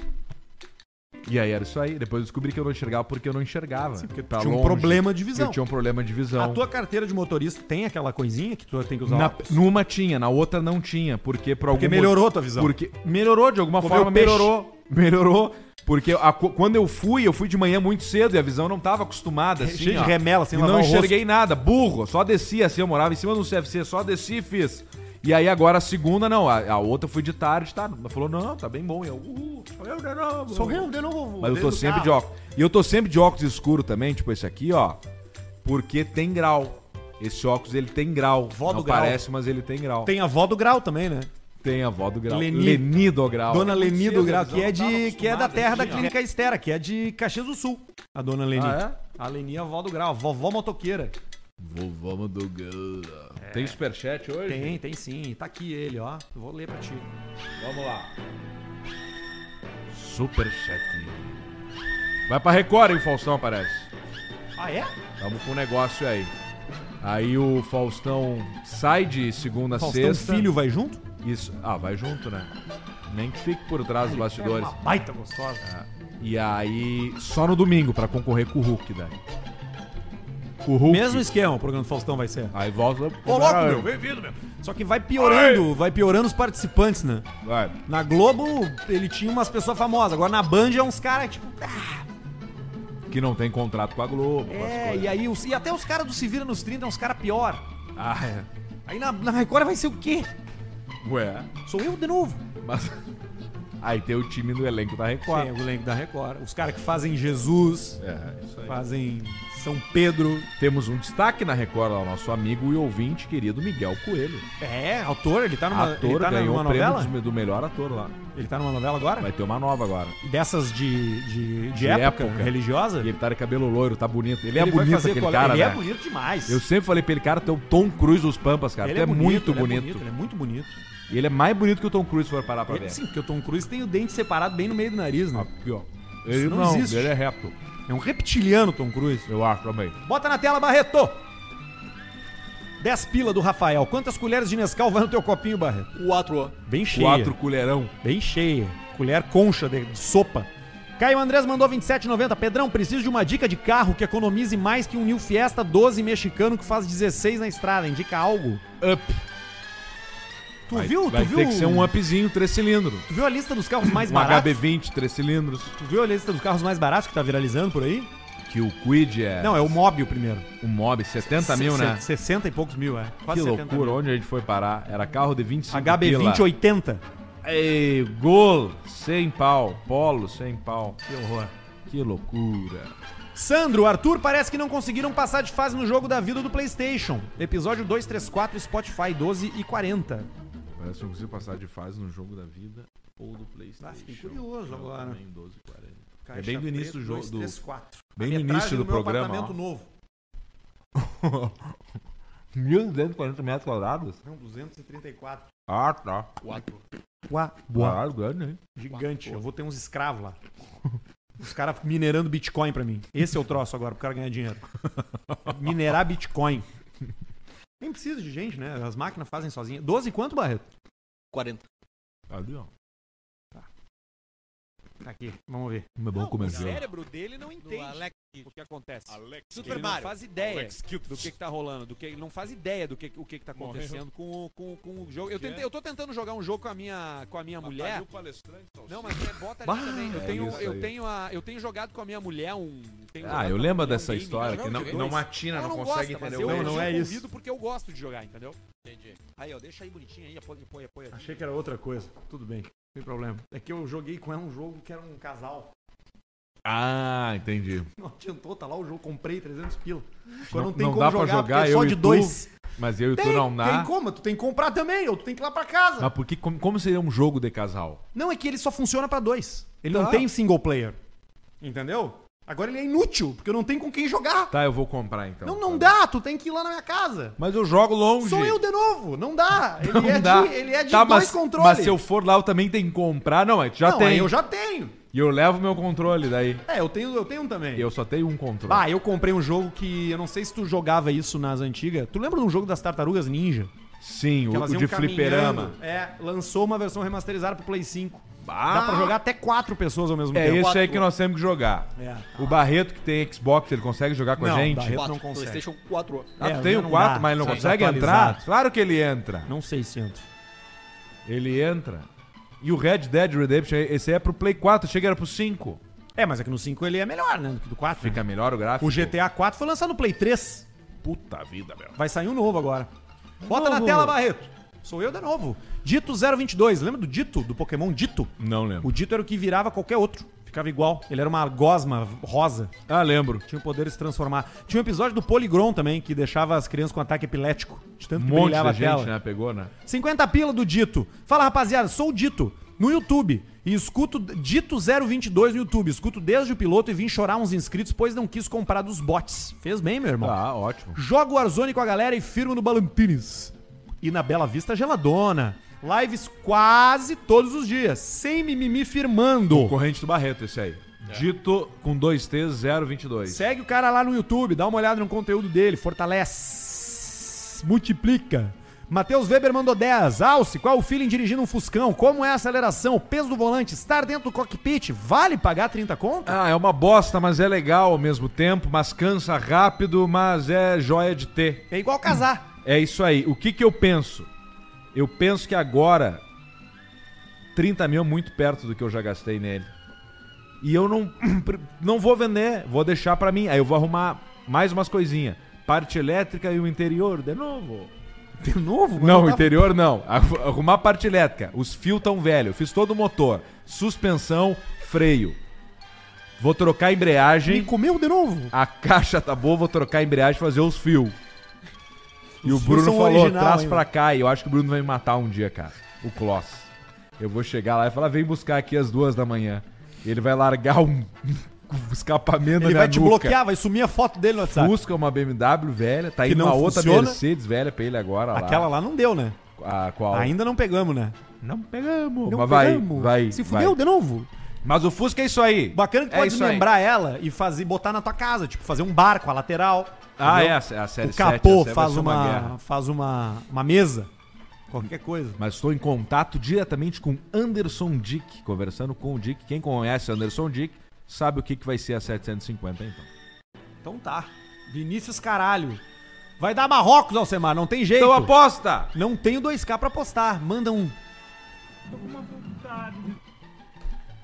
B: E aí era isso aí. Depois eu descobri que eu não enxergava porque eu não enxergava. Sim, porque
A: tu tinha um problema de visão.
B: Eu tinha um problema de
A: A
B: visão.
A: tua carteira de motorista tem aquela coisinha que tu tem que usar
B: Na-
A: óculos?
B: numa tinha, na outra não tinha, porque por algum
A: Porque
B: mo-
A: melhorou tua visão.
B: Porque melhorou de alguma
A: Comeu
B: forma,
A: peixe.
B: melhorou, melhorou, porque a co- quando eu fui, eu fui de manhã muito cedo e a visão não tava acostumada assim,
A: Cheio de
B: ó.
A: remela, sem
B: e
A: lavar
B: não
A: o rosto.
B: enxerguei nada, burro, só desci assim, eu morava em cima do CFC, só desci e fiz. E aí agora a segunda não, a, a outra eu fui de tarde, tá, falou: "Não, tá bem bom". E eu, "Uhul, sou eu de novo".
A: Sou eu de novo.
B: Mas eu
A: dentro
B: tô
A: do
B: sempre
A: carro.
B: de óculos. E eu tô sempre de óculos escuro também, tipo esse aqui, ó. Porque tem grau. Esse óculos, ele tem grau.
A: Vó
B: Não
A: do grau.
B: parece, mas ele tem grau.
A: Tem a avó do grau também, né?
B: Tem a avó do grau.
A: Leni.
B: Leni do grau.
A: Dona Leni do
B: Cedo,
A: Grau,
B: eu
A: que é,
B: não tava
A: de, que é da
B: acostumado,
A: terra da
B: assim, ó.
A: Clínica Estera, que é de Caxias do Sul. A dona Leni.
B: Ah,
A: A Leni é a avó do Grau, a vovó motoqueira.
B: Vovó do grau. Tem superchat hoje?
A: É. Tem, tem sim. Tá aqui ele, ó. Eu vou ler pra ti.
B: Vamos lá. Superchat. Vai pra Record, hein, o Faustão aparece.
A: Ah, é?
B: Tamo com um negócio aí. Aí o Faustão sai de segunda a
A: Faustão
B: sexta.
A: filho vai junto?
B: Isso. Ah, vai junto, né? Nem que fique por trás dos bastidores.
A: É Uma baita gostosa.
B: É. E aí, só no domingo pra concorrer com o Hulk, daí. Com o Hulk.
A: Mesmo esquema, o programa do Faustão vai ser.
B: Aí volta.
A: Ô, louco, meu, bem-vindo, meu. Só que vai piorando, vai piorando os participantes, né?
B: Vai.
A: Na Globo, ele tinha umas pessoas famosas. Agora na Band é uns caras, tipo.
B: Que não tem contrato com a Globo. com as
A: É,
B: coisas.
A: e aí. os- e até os caras do Se Vira nos 30 é uns caras pior.
B: Ah, é.
A: Aí na, na Record vai ser o quê?
B: Ué.
A: Sou eu de novo.
B: Mas. Aí tem o time do é elenco da Record.
A: Tem o elenco da Record. Os caras que fazem Jesus,
B: É, isso aí.
A: fazem São Pedro.
B: Temos um destaque na Record, lá, o nosso amigo e ouvinte querido Miguel Coelho.
A: É, autor, ele tá numa,
B: ator
A: ele tá
B: ganhou
A: numa
B: o prêmio
A: novela?
B: dos- do melhor ator lá.
A: Ele tá numa novela agora?
B: Vai ter uma nova agora.
A: Dessas de, de, de, época, religiosa?
B: E ele tá de cabelo loiro, tá bonito. Ele, é
A: Ele vai
B: bonito
A: fazer
B: aquele
A: cole-
B: cara,
A: ele é
B: né?
A: bonito demais.
B: Eu sempre falei pra ele, cara, tu é o Tom Cruise dos Pampas, cara.
A: Ele
B: tu é, muito
A: ele
B: bonito.
A: Ele é muito bonito.
B: E ele é mais bonito que o Tom Cruise, se for parar pra
A: Ele-
B: ver. Ah,
A: sim, porque o Tom Cruise tem o dente separado bem no meio do nariz, né?
B: Ele
A: Isso não
B: não,
A: existe.
B: ele é reto.
A: É um reptiliano, Tom Cruise.
B: Eu acho também.
A: Bota na tela, Barreto! 10 pila do Rafael. Quantas colheres de Nescau vai no teu copinho, Barreto?
M: Quatro.
A: Bem cheia.
B: Quatro colherão.
A: Bem cheia. Colher concha de, de sopa. Caio Andrés mandou 27,90. Pedrão, preciso de uma dica de carro que economize mais que um New Fiesta 12 mexicano que faz 16 na estrada. Indica algo?
B: Up.
A: Tu viu?
B: Vai
A: tu viu?
B: ter que ser um upzinho, três cilindros.
A: Tu viu a lista dos carros mais
B: um
A: baratos?
B: HB20, três cilindros.
A: Tu viu a lista dos carros mais baratos que tá viralizando por aí?
B: Que o Quid é...
A: Não, é o Mobi o primeiro.
B: O Mob, 70 mil,
A: Se-
B: né?
A: se- 60 e poucos mil, é.
B: Que
A: 70
B: loucura,
A: mil.
B: onde a gente foi parar? Era carro de 25
A: HB20
B: pila.
A: 80.
B: Ei, gol, sem pau. Polo, sem pau.
A: Que horror.
B: Que loucura.
A: Sandro, Arthur, parece que não conseguiram passar de fase no jogo da vida do PlayStation. Episódio 234, Spotify 12 e 40.
B: Parece que não consigo passar de fase no jogo da vida ou do Playstation.
A: Ah,
B: tá
A: fiquei curioso
B: Eu
A: agora.
B: também, 12, 40.
A: Caixa
B: é bem do início
A: preto,
B: do jogo.
A: dois,
B: do-
A: três, quatro.
B: Bem
A: A
B: no
A: metragem
B: início
A: meu
B: do, programa.
A: apartamento
B: ó.
A: novo.
B: 1.240 metros quadrados?
A: Não, 234.
B: Ah, tá.
A: Quatro.
B: Caralho, grande, hein?
A: Gigante. Eu vou ter uns escravos lá. Os caras minerando Bitcoin pra mim. Esse é o troço agora, pro cara ganhar dinheiro. Minerar Bitcoin. Nem precisa de gente, né? As máquinas fazem sozinhas. 12 quanto, Barreto?
M: 40.
B: Ali, ó.
A: Tá Aqui, vamos ver.
B: Como é bom comer
A: O
B: gelo.
A: cérebro dele não entende o que acontece.
P: Super
A: ele
P: Mario.
A: não faz ideia
P: Alex
A: do que, que tá rolando, do que ele não faz ideia do que, o que, que tá acontecendo com, o- com, com o jogo. Eu,
P: Que
A: tentei-
P: é?
A: eu tô tentando jogar um jogo com a minha, com a minha mulher. Não, mas é, bota ali
B: Bah,
A: também. Eu
B: é
A: tenho,
B: isso
A: eu,
B: aí.
A: tenho a- eu tenho jogado com a minha mulher um. tenho jogado
B: Ah, eu
A: com a
B: lembro
A: minha mulher
B: dessa
A: um game,
B: história,
A: eu
B: que
A: jogo
B: não-
A: de
B: não
A: dois.
B: matina,
A: Ela
B: não consegue
A: gosta, mas
B: entender
A: eu-
B: o
A: eu
B: jogo. Não, não é
A: convido
B: isso.
A: porque eu gosto de jogar, entendeu? Entendi. Aí, ó, deixa aí bonitinho aí, apoia, apoia, apoia. Achei que era outra coisa. Tudo bem, não tem problema. É que eu joguei com ela um jogo que era um casal.
B: Ah, entendi.
A: Não adiantou, tá lá o jogo, comprei 300 pila. Agora
B: Não,
A: não, tem
B: não
A: como
B: dá
A: jogar,
B: pra jogar
A: porque é
B: eu
A: só
B: e
A: de
B: tu,
A: dois.
B: mas eu e tu
A: Tem,
B: não dá.
A: Tem como, tu tem que comprar também, ou tu tem que ir lá pra casa.
B: Mas porque, como, como seria um jogo de casal?
A: Não, é que ele só funciona pra dois. Ele não
B: Tá.
A: tem single player. Entendeu? Agora ele é inútil, porque eu não tenho com quem jogar.
B: Tá, eu vou comprar então.
A: não, não dá, tu tem que ir lá na minha casa.
B: Mas eu jogo longe.
A: Sou eu de novo, não dá. Ele,
B: Não
A: é,
B: dá.
A: De, ele é de
B: Tá,
A: dois
B: mas,
A: controles.
B: Mas se eu for lá, eu também tenho que comprar. Não, é, tu já
A: não,
B: tem.
A: aí eu já tenho.
B: E eu levo meu controle daí.
A: É, eu tenho, eu tenho um também.
B: Eu só tenho um controle.
A: Bah, eu comprei um jogo que eu não sei se tu jogava isso nas antigas. Tu lembra de um jogo das Tartarugas Ninja?
B: Sim,
A: Que
B: o,
A: elas
B: o
A: iam
B: de
A: um caminhando.
B: fliperama.
A: É, lançou uma versão remasterizada pro Play 5.
B: Bah.
A: Dá pra jogar até quatro pessoas ao mesmo
B: Ah. É
A: tempo.
B: esse aí que nós temos que jogar.
A: Então, É.
B: O Barreto que tem Xbox, ele consegue jogar com
A: Não,
B: a gente?
A: Barreto não
M: Quatro.
A: consegue.
M: PlayStation 4.
B: Ah,
A: É,
B: tu tem
A: já
B: o
A: não
B: 4,
A: dá.
B: mas ele não
A: Sim.
B: consegue
A: Atualizado.
B: entrar? Claro que ele entra.
A: Não sei se entra.
B: Ele entra. E o Red Dead Redemption, esse aí é pro Play 4, achei que era pro 5.
A: É, mas é que no 5 ele é melhor, né? Do que do 4.
B: Fica melhor o gráfico.
A: O GTA 4 foi lançado no Play 3.
B: Puta vida, meu.
A: Vai sair um novo agora. Bota na
B: Um Novo.
A: tela, Barreto. Sou eu de novo. Dito 022. Lembra do Dito? Do Pokémon Dito?
B: Não lembro.
A: O Dito era o que virava qualquer outro. Ficava igual. Ele era uma gosma rosa.
B: Ah, lembro.
A: Tinha o poder de se transformar. Tinha um episódio do Poligron também, que deixava as crianças com ataque epilético. De
B: Um
A: tanto que
B: monte
A: brilhava
B: de
A: a
B: gente,
A: tela.
B: né? Pegou, né?
A: 50 pila do Dito. Fala, rapaziada, sou o Dito no YouTube e escuto Dito 022 no YouTube. Escuto desde o piloto e vim chorar uns inscritos, pois não quis comprar dos bots. Fez bem, meu irmão.
B: Ah, ótimo.
A: Jogo o Warzone com a galera e firmo no Balampines. E na Bela Vista Geladona. Lives quase todos os dias, sem mimimi firmando.
B: Concorrente do Barreto, esse aí.
A: É.
B: Dito com 2T022.
A: Segue o cara lá no YouTube, dá uma olhada no conteúdo dele, fortalece, multiplica. Matheus Weber mandou 10. Alce, qual o feeling dirigindo um Fuscão? Como é a aceleração? Peso do volante? Estar dentro do cockpit? Vale pagar 30 conto?
B: Ah, é uma bosta, mas é legal ao mesmo tempo, mas cansa rápido, mas é joia de ter.
A: É igual casar.
B: É isso aí. O que que eu penso? Eu penso que agora 30 mil é muito perto do que eu já gastei nele. E eu não, não vou vender, vou deixar pra mim. Aí eu vou arrumar mais umas coisinhas. Parte elétrica e o interior, de novo.
A: De novo?
B: Não, o interior não. Arru- Arrumar parte elétrica. Os fios tão velho. Eu fiz todo o motor. Suspensão, freio. Vou trocar a embreagem.
A: Me comeu de novo?
B: A caixa tá boa, vou trocar a embreagem e fazer os fios. E
A: Os fios
B: o Bruno
A: são
B: falou,
A: original
B: traz
A: ainda."
B: pra cá. E eu acho que o Bruno vai me matar um dia, cara. O Kloss. Eu vou chegar lá e falar, vem buscar aqui às duas da manhã. Ele vai largar um um escapamento
A: Ele
B: na minha
A: vai te
B: nuca.
A: bloquear, vai sumir a foto dele no WhatsApp.
B: Busca uma BMW velha, tá
A: Que
B: indo
A: não
B: uma outra
A: funciona.
B: Mercedes velha pra ele agora lá.
A: Aquela lá não deu, né?
B: A qual?
A: Ainda não pegamos, né?
B: Não pegamos.
A: Não
B: mas
A: pegamos.
B: vai, vai.
A: Se
B: vai.
A: fudeu de novo.
B: Mas o Fusca é isso aí.
A: Bacana que tu
B: É
A: pode
B: isso aí.
A: desmembrar ela e fazer, botar na tua casa, tipo, fazer um barco, a lateral.
B: Ah,
A: entendeu?
B: é, a sé- a série
A: O
B: 7, a
A: capô
B: série vai
A: faz,
B: ser uma
A: uma,
B: guerra.
A: faz uma, uma mesa, qualquer coisa.
B: Mas estou em contato diretamente com Anderson Dick, conversando com o Dick. Quem conhece Anderson Dick sabe o que, que vai ser a 750, então.
A: Então tá. Vinícius Caralho. Vai dar Marrocos, Alcemar, não tem jeito.
B: Então aposta!
A: Não tenho 2K pra apostar, manda um.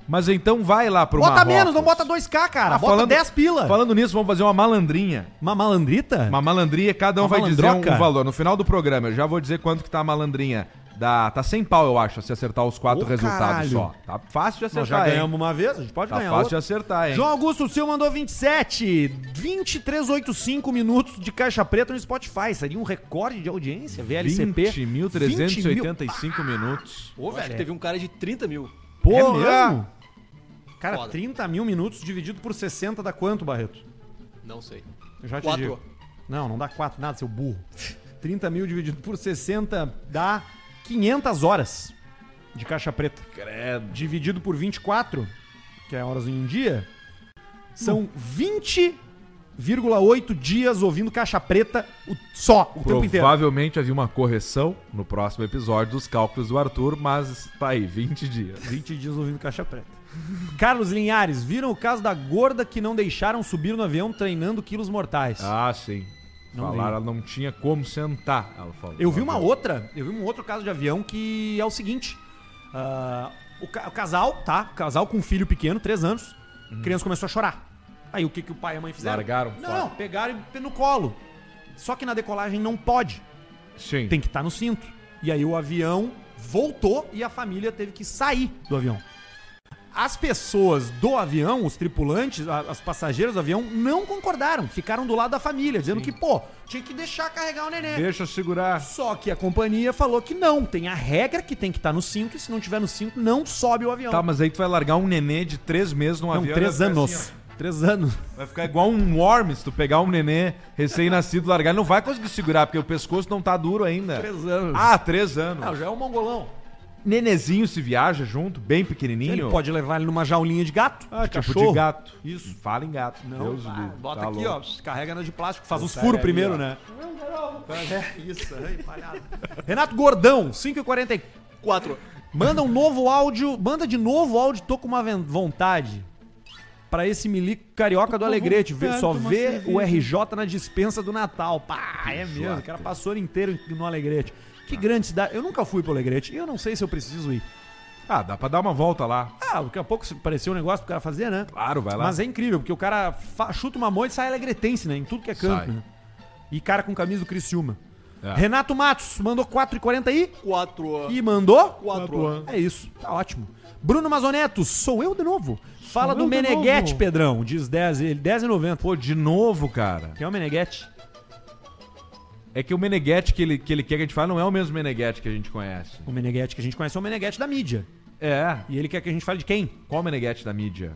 B: Mas então vai lá pro
A: bota
B: Marrocos.
A: menos, não bota 2K, cara.
B: Ah,
A: bota 10 pila.
B: Falando nisso, vamos fazer uma malandrinha.
A: Uma malandrita?
B: Uma malandrinha, cada um
A: Uma
B: vai dizer um-
A: malandroca?
B: um valor. No final do programa, eu já vou dizer quanto que tá a malandrinha. Da, tá 100 pau, eu acho, se acertar os quatro
A: Ô,
B: resultados
A: caralho.
B: só. Tá fácil de
A: Nós
B: acertar,
A: já
B: hein?
A: ganhamos uma vez, a gente pode
B: Tá
A: ganhar
B: fácil de
A: outra.
B: acertar, hein?
A: João Augusto Silva mandou 27. 23,85 minutos de caixa preta no Spotify. Seria um recorde de audiência, VLCP.
B: 20.385 minutos.
M: Pô, velho, teve um cara de 30 mil.
A: Porra! Cara,
M: Foda.
A: 30 mil minutos dividido por 60 dá quanto, Barreto?
M: Não sei.
A: Eu já te
M: Quatro.
A: digo. Não, não dá 4 nada, seu burro. 30 mil dividido por 60 dá 500 horas de caixa preta.
B: Credo.
A: Dividido por 24, que é horas em um dia, são 20,8 dias ouvindo caixa preta o- só, o tempo inteiro.
B: Provavelmente havia uma correção no próximo episódio dos cálculos do Arthur, mas tá aí, 20 dias.
A: 20 dias ouvindo caixa preta. Carlos Linhares, viram o caso da gorda que não deixaram subir no avião treinando quilos mortais.
B: Ah, sim.
A: Não
B: Falaram, ela não tinha como sentar, ela falou.
A: Eu vi uma outra, eu vi um outro caso de avião que é o seguinte: ah, o, ca- o casal, tá? O casal com um filho pequeno, três anos, a criança começou a chorar. Aí o que, que o pai e a mãe fizeram?
B: Uhum. Largaram
A: Não,
B: fora.
A: não, pegaram e pe- no colo. Só que na decolagem não pode.
B: Sim.
A: Tem que estar no cinto. E aí o avião voltou e a família teve que sair do avião. As pessoas do avião, os tripulantes, a- os passageiros do avião, não concordaram. Ficaram do lado da família, dizendo que, pô, tinha que deixar carregar o neném.
B: Deixa eu segurar.
A: Só que a companhia falou que não, tem a regra que tem que estar no 5 e se não tiver no 5 não sobe o avião.
B: Tá, mas aí tu vai largar um nenê de 3 meses num
A: não,
B: avião.
A: três
B: vai ficar
A: anos.
B: assim,
A: três anos.
B: ó. vai ficar igual um worm se tu pegar um nenê recém-nascido e largar. Ele não vai conseguir segurar, porque o pescoço não tá duro ainda.
A: Três anos.
B: Ah, 3 anos.
A: já é um mongolão.
B: Nenezinho se viaja junto, bem pequenininho.
A: Ele pode levar ele numa jaulinha de gato,
B: Ah,
A: de
B: tipo
A: cachorro.
B: de gato. Isso. Fala em gato. Não, Deus
A: pá,
B: do livro.
A: Ah, bota
B: Tá
A: aqui,
B: louco.
A: ó, carrega na de plástico, faz uns
B: Tá
A: furos
B: ali,
A: primeiro,
B: ó.
A: né? É
M: Isso,
A: Renato Gordão, 5h44.
M: Quatro.
A: Manda um novo áudio, manda de novo áudio, tô com uma ven- vontade. Pra esse milico carioca do Alegrete, vê- só vê o RJ na dispensa do Natal. Pá, é mesmo, o cara passou o ano inteiro no Alegrete. Que grande cidade, eu nunca fui pro Alegrete e eu não sei se eu preciso ir.
B: Ah, dá pra dar uma volta lá.
A: Ah, daqui a pouco se parecer um negócio pro cara fazer, né?
B: Claro, vai lá.
A: Mas é incrível, porque o cara fa- chuta uma mão e sai alegretense, né? Em tudo que é
B: Sai.
A: canto, né? E cara com camisa do Criciúma.
B: É.
A: Renato Matos mandou 4,40 e...
M: 4
A: E mandou?
M: Quatro anos.
A: É isso, tá ótimo. Bruno Mazoneto, sou eu de novo. Fala
B: eu
A: do
B: de
A: Meneghete,
B: novo.
A: Pedrão. Diz 10, ele 10,90.
B: Pô, de novo, cara.
A: Quem é o Meneghete?
B: É que o Meneghete que ele, que ele quer que a gente fale não é o mesmo Meneghete que a gente conhece.
A: O Meneghete que a gente conhece é o Meneghete da mídia.
B: É.
A: E ele quer que a gente fale de quem?
B: Qual o Meneghete da mídia?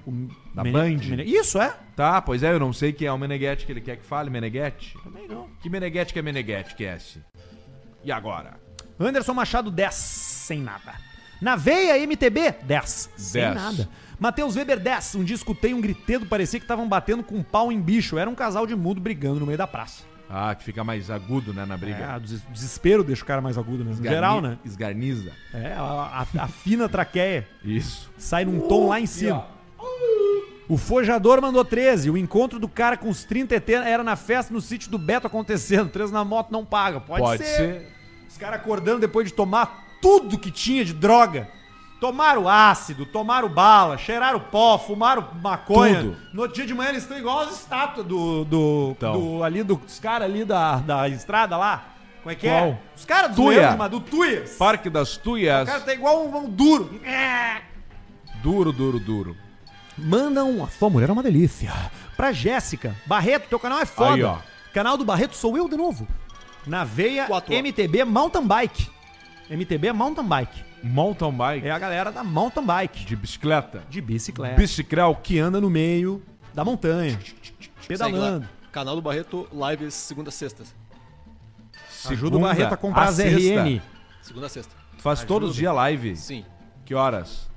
B: da
A: Mene-
B: Band?
A: Mene- Isso, é?
B: Tá, pois é, eu não sei quem é o Meneghete que ele quer que fale, Meneghete.
A: Também não.
B: Que Meneghete que é Meneghete, que é esse? E agora?
A: Anderson Machado, 10, sem nada. Na veia MTB, 10, sem
B: 10.
A: nada. Matheus Weber, 10. Um dia escutei um gritedo, parecia que estavam batendo com um pau em bicho. Era um casal de mudo brigando no meio da praça.
B: Ah, que fica mais agudo, né, na
A: É,
B: briga.
A: o des- desespero deixa o cara mais agudo, né? No
B: Esgarni-
A: geral, né?
B: Esgarniza.
A: É, a, a- a fina traqueia
B: Isso.
A: sai num tom lá em cima. O Fojador mandou 13. O encontro do cara com os 30 ET era na festa no sítio do Beto acontecendo. 13 na moto não paga. Pode,
B: Pode
A: ser.
B: ser.
A: Os caras acordando depois de tomar tudo que tinha de droga. Tomaram ácido, tomaram bala, cheiraram pó, fumaram maconha.
B: Tudo.
A: No outro dia de manhã eles estão igual as estátuas do. do,
B: Então.
A: do- ali dos caras ali da, da estrada lá. Como é que
B: Qual?
A: é? Os caras do
B: Tuia.
A: Leandro, mas do Tuias.
B: Parque das
A: O
B: Tuias.
A: cara tá igual um, um duro.
B: Duro, duro, duro.
A: Manda um. A sua mulher é uma delícia. Pra Jéssica. Barreto, teu canal é foda.
B: Aí, ó.
A: Canal do Barreto sou eu de novo. Na veia
M: Quatro.
A: MTB Mountain Bike. MTB é Mountain Bike.
B: Mountain bike
A: É a galera da Mountain Bike.
B: de bicicleta.
A: De bicicleta.
B: Bicicral.
A: que anda no meio da montanha.
M: Segue lá.
A: Pedalando.
M: Canal do Barreto, live segunda a sexta.
A: Ajuda o Barreto a comprar as RN.
M: Segunda a sexta.
B: Tu faz todos os dias live.
M: Sim.
B: Que horas?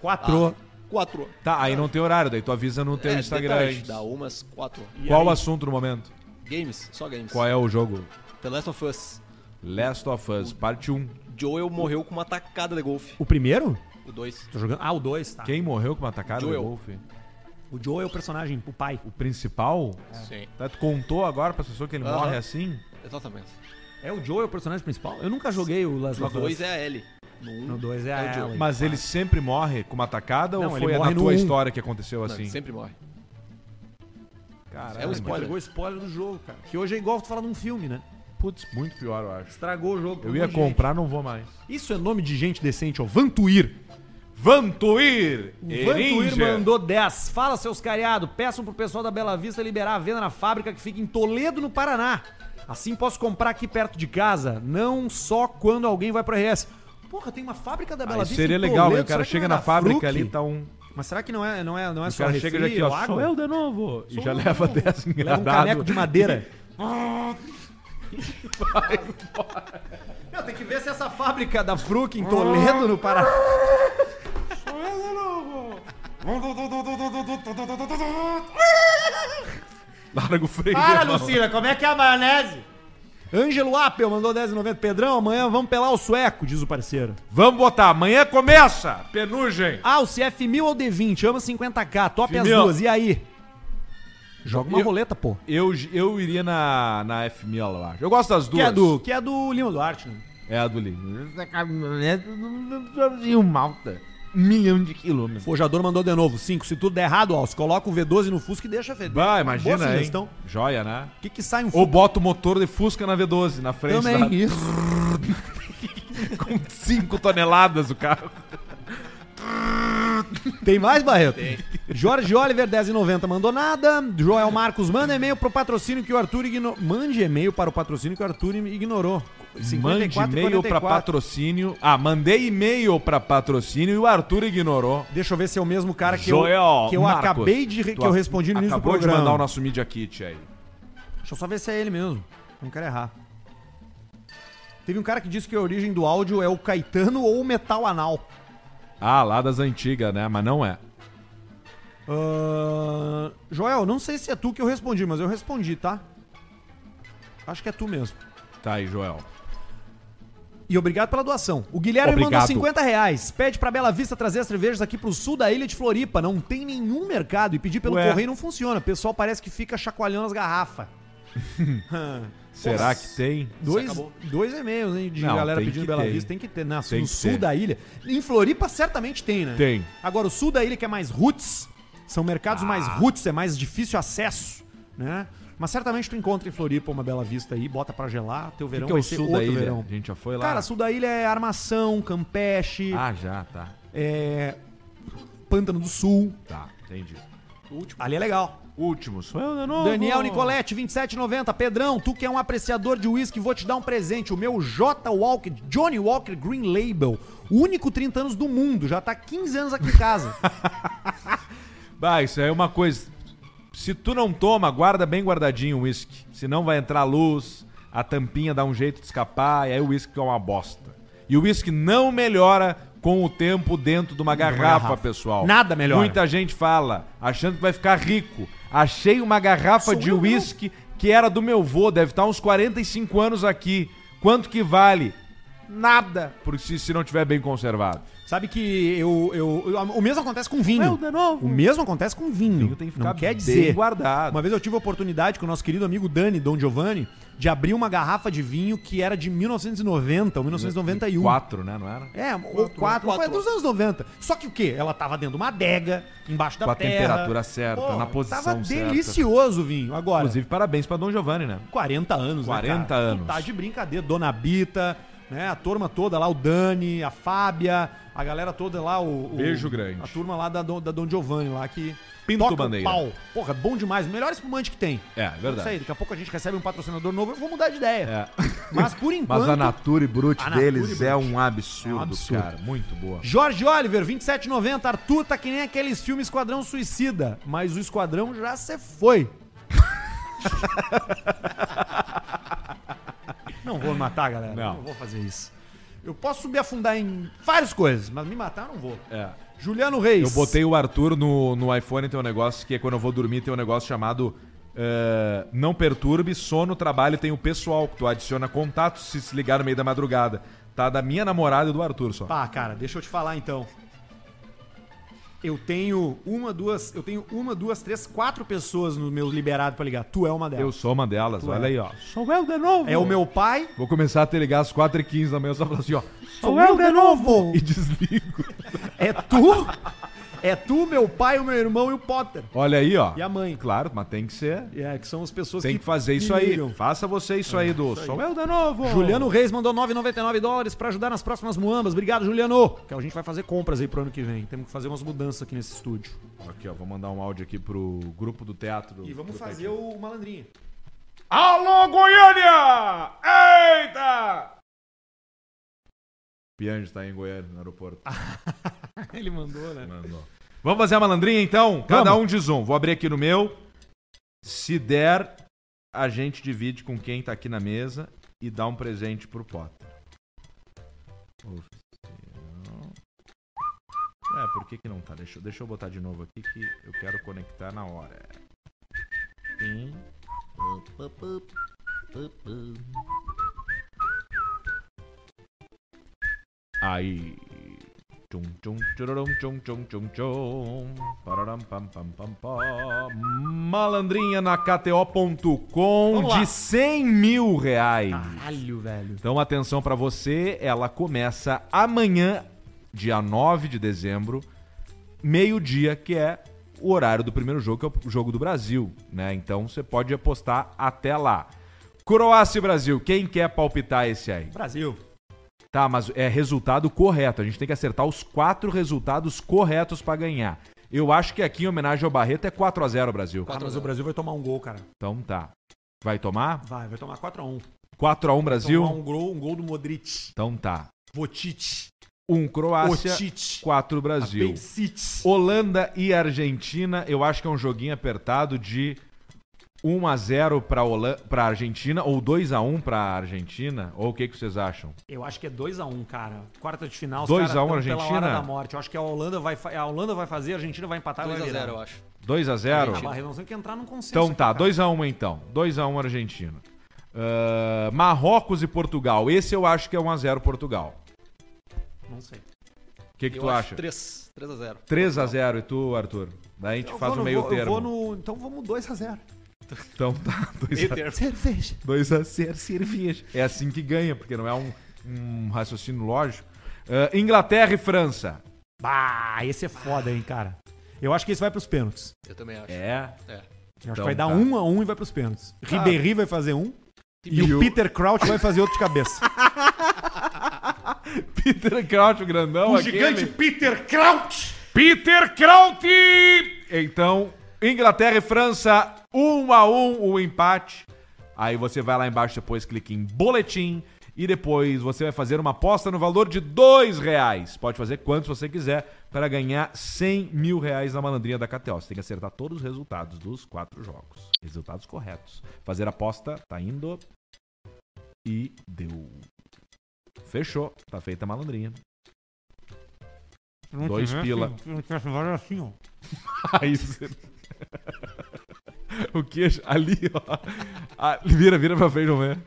A: Quatro.
M: 4.
B: Tá, aí não tem horário, daí tu avisa no teu Instagram. antes.
M: Dá umas 4.
B: Qual o assunto no momento?
M: Games, só games.
B: Qual é o jogo?
M: The Last of Us.
B: Last of Us, parte 1.
M: Joel morreu com uma tacada de golfe.
A: O primeiro?
M: O 2.
A: Tô jogando. Ah, o 2, tá.
B: Quem morreu com uma tacada
M: Joel.
B: de golfe?
A: O Joe é o personagem, o pai.
B: O principal?
M: Sim.
B: Tá, tu contou agora pra pessoa que ele
M: Aham.
B: morre assim?
M: Exatamente.
A: É o Joe é o personagem principal? Eu nunca joguei o Last
M: No
A: of Us.
M: 2 é a Ellie.
A: No 2 é a
M: o Joel.
A: Ellie.
B: Mas ele sempre morre com uma tacada
A: Não,
B: ou
A: ele
B: foi
A: morre
B: na
A: no
B: tua
A: um.
B: história que aconteceu
M: Não,
B: assim?
M: ele sempre morre.
B: Caralho,
M: É um spoiler.
A: Pegou spoiler do jogo, cara. Que hoje é igual tu falar num filme, né?
B: Putz, muito pior, eu acho.
A: Estragou o jogo.
B: Eu ia comprar, não vou mais.
A: Isso é nome de gente decente, ó. Vantuir.
B: Vantuir!
A: O Vantuir mandou 10. Fala, seus cariados. Peçam pro pessoal da Bela Vista liberar a venda na fábrica que fica em Toledo, no Paraná. Assim posso comprar aqui perto de casa, não só quando alguém vai pro RS. Porra, tem uma fábrica da Bela
B: Aí
A: Vista.
B: seria
A: em
B: legal,
A: Toledo.
B: hein? O cara
A: Será que
B: chega
A: não é
B: na fábrica
A: Fruc?
B: ali, tá um.
A: Mas será que não é, não é, não é
B: O
A: só
B: cara chega
A: refri
B: aqui,
A: ou
B: ó.
A: água?
B: Sou eu de novo. E
A: Sou
B: já
A: eu de
B: leva
A: novo.
B: 10
A: Leva um
B: engradados.
A: caneco de madeira. Não, tem que ver se essa fábrica da Fruc em Toledo, no Paraná.
B: Larga o freio.
A: Para,
B: irmão.
A: Lucila, como é que é a maionese? Ângelo Appel mandou 10,90. Pedrão, amanhã vamos pelar o sueco, diz o parceiro.
B: Vamos botar, amanhã começa! Penugem!
A: Ah, o CF 1000 ou D20? Ama 50k, top as
B: F1000.
A: duas. E aí? Joga uma
B: Eu-
A: roleta, pô.
B: Eu, eu iria na, na F1000, eu acho. Eu gosto das
A: Que
B: duas.
A: é, do, que é do Lima Duarte, né?
B: É a do Lima. Brasil, malta. Milhão de quilômetros.
A: Forjador mandou de novo. 5. Se tudo der errado, ó, você coloca o V12 no Fusca e deixa feder.
B: Bah,
A: Boa
B: imagina, hein?
A: sugestão.
B: Joia, né?
A: O que que sai um
B: Ou bota o motor de Fusca na V12, na frente
A: Também.
B: da...
A: Isso.
B: Com 5 toneladas o carro.
A: Tem mais, Barreto? Jorge Oliver, 10,90, mandou nada. Joel Marcos, manda e-mail pro patrocínio que o Arthur ignorou. Mande e-mail para o patrocínio que o Arthur ignorou. 54,
B: Mande e-mail pra
A: 44.
B: patrocínio. Ah, mandei e-mail pra patrocínio e o Arthur ignorou.
A: Deixa eu ver se é o mesmo cara que
B: Joel,
A: eu, que eu
B: Marcos,
A: acabei de re-
B: tu
A: que eu
B: ac-
A: respondi no início do
B: Acabou de
A: programa.
B: mandar o nosso Media Kit aí.
A: Deixa eu só ver se é ele mesmo. Não quero errar. Teve um cara que disse que a origem do áudio é o Caetano ou o Metal Anal.
B: Ah, lá das antigas, né? Mas não é.
A: Ahn, Ah, Joel, não sei se é tu que eu respondi, mas eu respondi, tá? Acho que é tu mesmo.
B: Tá aí, Joel.
A: E obrigado pela doação. O Guilherme
B: Obrigado.
A: mandou 50 reais. Pede pra Bela Vista trazer as cervejas aqui pro sul da ilha de Floripa. Não tem nenhum mercado. E pedir pelo
B: Ué.
A: correio não funciona. O pessoal parece que fica chacoalhando as garrafas. Hum.
B: Será que tem?
A: Dois, dois e-mails, hein, de
B: Não,
A: galera
B: tem
A: pedindo
B: que
A: Bela
B: ter,
A: Vista.
B: hein?
A: Tem que ter. Nas,
B: Tem
A: no
B: que
A: sul
B: ter.
A: da ilha. Em Floripa certamente tem, né?
B: Tem.
A: Agora, o sul da ilha que é mais roots, são mercados mais
B: Ah.
A: roots, é mais difícil acesso, né? Mas certamente tu encontra em Floripa uma Bela Vista aí, bota pra gelar, teu
B: O que,
A: verão
B: que é
A: vai
B: o
A: ser
B: sul
A: outro
B: da ilha?
A: verão.
B: A gente já foi lá?
A: Cara, sul da ilha é Armação, Campeche,
B: Ah, já, tá.
A: é, Pântano do Sul.
B: Tá, entendi.
A: Ali é legal.
B: Último, sou eu de novo.
A: Daniel Nicoletti, 27,90. Pedrão, tu que é um apreciador de uísque, vou te dar um presente. O meu J. Walker, Johnny Walker Green Label. O único 30 anos do mundo. Já tá 15 anos aqui em casa.
B: Bah, isso aí é uma coisa. Se tu não toma, guarda bem guardadinho o uísque. Senão vai entrar a luz, a tampinha dá um jeito de escapar, e aí o uísque é uma bosta. E o uísque não melhora com o tempo dentro de uma garrafa,
A: garrafa.
B: pessoal.
A: Nada melhora.
B: Muita gente fala, achando que vai ficar rico. Achei uma garrafa de uísque que era do meu vô, deve estar uns 45 anos aqui. Quanto que vale? Nada, porque se, se não tiver bem conservado.
A: Sabe que eu, eu, eu- O mesmo acontece com vinho.
B: Eu de novo.
A: é O mesmo acontece com vinho.
B: Vinho tem que ficar
A: não quer
B: bem
A: dizer.
B: guardado.
A: Uma vez eu tive a oportunidade com o nosso querido amigo Dani Don Giovanni de abrir uma garrafa de vinho que era de 1990 ou 1991.
B: Quatro, né? Não era?
A: É, ou quatro, ou é dos anos 90. Só que o quê? Ela tava dentro de uma adega, embaixo da
B: Com a
A: terra.
B: temperatura certa, na posição
A: Tava
B: certa.
A: delicioso o vinho. Agora,
B: Inclusive, parabéns pra Dom Giovanni, né?
A: 40 anos,
B: 40
A: cara?
B: anos.
A: Tu Tá de brincadeira. Dona Bita, né? A turma toda lá, o Dani, a Fábia, a galera toda lá, o... o-
B: Beijo grande.
A: A turma lá da, Dom- da Dom Giovanni lá, que...
B: Pinto
A: toca o
B: Bandeira.
A: pau. Porra, bom demais. Melhor espumante que tem.
B: É, é verdade.
A: Não sei, daqui a pouco a gente recebe um patrocinador novo. Eu vou mudar de ideia.
B: É.
A: Mas por enquanto...
B: Mas a Natura e Brute
A: A Natura e
B: deles
A: Brute.
B: é um absurdo,
A: É um absurdo.
B: cara. Muito boa.
A: Jorge Oliver, 27,90. Arthur tá que nem aqueles filmes Esquadrão Suicida, mas o Esquadrão já se foi. não vou me matar, galera.
B: Não.
A: vou fazer isso. Eu posso me afundar em várias coisas, mas me matar eu não vou.
B: É.
A: Juliano Reis.
B: Eu botei o Arthur no, no iPhone, tem um negócio que é quando eu vou dormir, tem um negócio chamado eh, não perturbe, sono, trabalho, tem o pessoal, que tu adiciona contatos se se ligar no meio da madrugada. Tá da minha namorada e do Arthur só.
A: Pá, cara, deixa eu te falar então. Eu tenho uma, duas, eu tenho uma, duas, três, quatro pessoas no meu liberado pra ligar. Tu é uma delas.
B: Eu sou uma delas,
A: Tu
B: olha
A: é.
B: aí, ó. Sou eu de novo.
A: É o meu pai.
B: Vou começar a te ligar às 4h15 da manhã só falar assim, ó.
A: Sou eu de novo.
B: E desligo.
A: É tu? É tu, meu pai, o meu irmão e o Potter.
B: Olha aí, ó.
A: E a mãe.
B: Claro, mas tem que ser.
A: É, que são as pessoas
B: Tem que fazer isso aí. Faça você É, isso aí do. Sou eu
A: é
B: de novo.
A: Juliano Reis mandou 9,99 dólares pra ajudar nas próximas muambas. Obrigado, Juliano. Que a gente vai fazer compras aí pro ano que vem. Temos que fazer umas mudanças aqui nesse estúdio.
B: Aqui, ó, vou mandar um áudio aqui pro grupo do teatro.
A: E vamos
B: do
A: fazer o malandrinho.
N: Alô, Goiânia! Eita!
B: Piange tá aí em Goiânia, no aeroporto.
A: Ele mandou, né?
B: Mandou. Vamos fazer a malandrinha então? Cada
A: Vamos.
B: um diz um. Vou abrir aqui no meu. Se der, a gente divide com quem tá aqui na mesa e dá um presente pro Potter. Oficial. É, por que, que não tá? Deixa, eu- deixa eu botar de novo aqui que eu quero conectar na hora. Sim. Aí. Tchum, tchum, tchururum, tchum, tchum, tchum, tchum. Pararam, pam, pam, pam, pam. Malandrinha na KTO.com
A: Vamos lá.
B: de 100 mil reais.
A: Caralho, velho.
B: Então, atenção pra você, ela começa amanhã, dia 9 de dezembro, meio-dia, que é o horário do primeiro jogo, que é o jogo do Brasil, né? Então, você pode apostar até lá. Croácia e Brasil, quem quer palpitar esse aí?
A: Brasil.
B: Tá, mas é resultado correto. A gente tem que acertar os quatro resultados corretos pra ganhar. Eu acho que aqui em homenagem ao Barreto é 4 a 0 Brasil.
A: Ah, mas o Brasil vai tomar um gol, cara.
B: Então tá. Vai tomar?
A: Vai, vai tomar 4x1.
B: 4 a 1 Brasil.
A: Tomar um gol, um gol do Modric.
B: Então tá.
A: Votite.
B: Um Croácia,
A: Otite.
B: 4 Brasil.
A: Apendicite.
B: Holanda e Argentina, eu acho que é um joguinho apertado de 1 a 0 para para Argentina ou 2 a 1 para Argentina, ou o que que vocês acham?
A: Eu acho que é 2x1, cara. Quarta de final,
B: 2
A: caras
B: a
A: tão
B: 1
A: pela hora
B: Argentina?
A: da morte. Eu acho que a Holanda vai, fa- a Holanda vai fazer, a Argentina vai empatar e vai
M: 2 a
A: virar.
M: 0, eu acho.
B: 2 a 0.
A: Ah, Barreto, nós temos que entrar num consenso.
B: Então
A: aqui,
B: tá,
A: cara.
B: 2 a 1 então. 2 a 1 Argentina. Ah, Marrocos e Portugal. Esse eu acho que é 1 a 0 Portugal.
A: Não sei.
B: O que que
M: Eu
B: tu
M: acho
B: acha?
M: 3, 3 a 0.
B: 3 a 0 e tu, Arthur? Daí a gente
A: Eu
B: faz
A: vou
B: o
A: no-
B: meio
A: vou- eu
B: termo.
A: vou no- Então vamos 2x0.
B: Então tá, 2
M: Meio
B: a
M: termo.
A: Cerveja.
B: 2 a 0 cerveja. É assim que ganha, porque não é um, um raciocínio lógico. Ah, Inglaterra e França.
A: Bah, esse é foda, hein, cara. Eu acho que esse vai pros pênaltis.
M: Eu também acho.
B: É.
M: É.
A: Eu acho
B: Então
A: que vai dar
B: tá.
A: 1x1 um a um e vai pros pênaltis. Ribéry vai fazer um. E,
B: E
A: o
B: o-
A: Peter Crouch vai fazer outro de cabeça.
B: Peter Crouch, o grandão
N: O
B: aquele.
N: gigante Peter Kraut!
B: Peter Kraut! Então, Inglaterra e França, um a um o empate. Aí você vai lá embaixo, depois clica em boletim e depois você vai fazer uma aposta no valor de dois reais. Pode fazer quantos você quiser para ganhar 100 mil reais na malandrinha da KTO. Você tem que acertar todos os resultados dos quatro jogos. Resultados corretos. Fazer aposta, tá indo. E deu. Fechou. Tá feita a malandrinha. Dois pila.
A: assim, ó.
B: Aí você... O queixo ali, ó. Ah, vira, vira pra frente, é? Romero.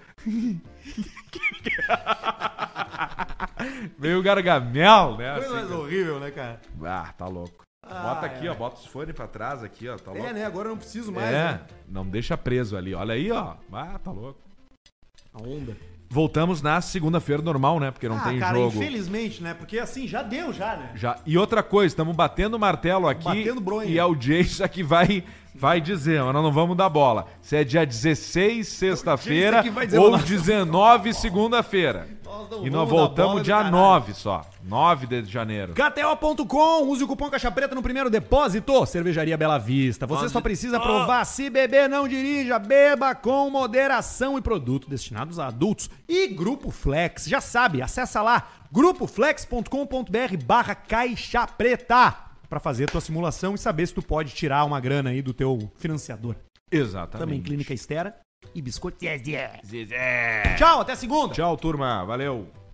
B: Meio gargamel,
A: Coisa
B: né? Assim,
A: mais
B: cara.
A: horrível, né, cara?
B: ah, tá louco.
A: Ah,
B: bota aqui,
A: é.
B: ó. Bota os fones pra trás aqui, ó. Tá louco.
A: É, né? Agora eu não preciso mais.
B: é,
A: né?
B: não deixa preso ali. Olha aí, ó. Ah, tá louco.
A: A onda.
B: Voltamos na segunda-feira normal, né? Porque não tem
A: Ah, cara,
B: jogo.
A: infelizmente, né? Porque assim, já deu, já, né?
B: Já. E outra coisa, estamos batendo o martelo aqui.
A: Batendo bronha.
B: E a audiência que vai, vai dizer, mas nós não vamos dar bola. Se é dia 16, sexta-feira,
A: que vai dizer,
B: ou
A: nós-
B: 19, segunda-feira.
A: não
B: E nós
A: vamos dar
B: voltamos
A: bola do
B: dia
A: caralho.
B: 9 só. 9 de janeiro.
A: KTO.com, use o cupom Caixa Preta no primeiro depósito. Cervejaria Bela Vista. Você só precisa provar se beber, não dirija. Beba com moderação e produto destinados a adultos. E Grupo Flex, já sabe, acessa lá grupoflex.com.br barra Caixa Preta pra fazer tua simulação e saber se tu pode tirar uma grana aí do teu financiador.
B: Exatamente.
A: Também Clínica Estera e Biscoito. Zezé. Tchau, até segunda.
B: Tchau, turma. Valeu.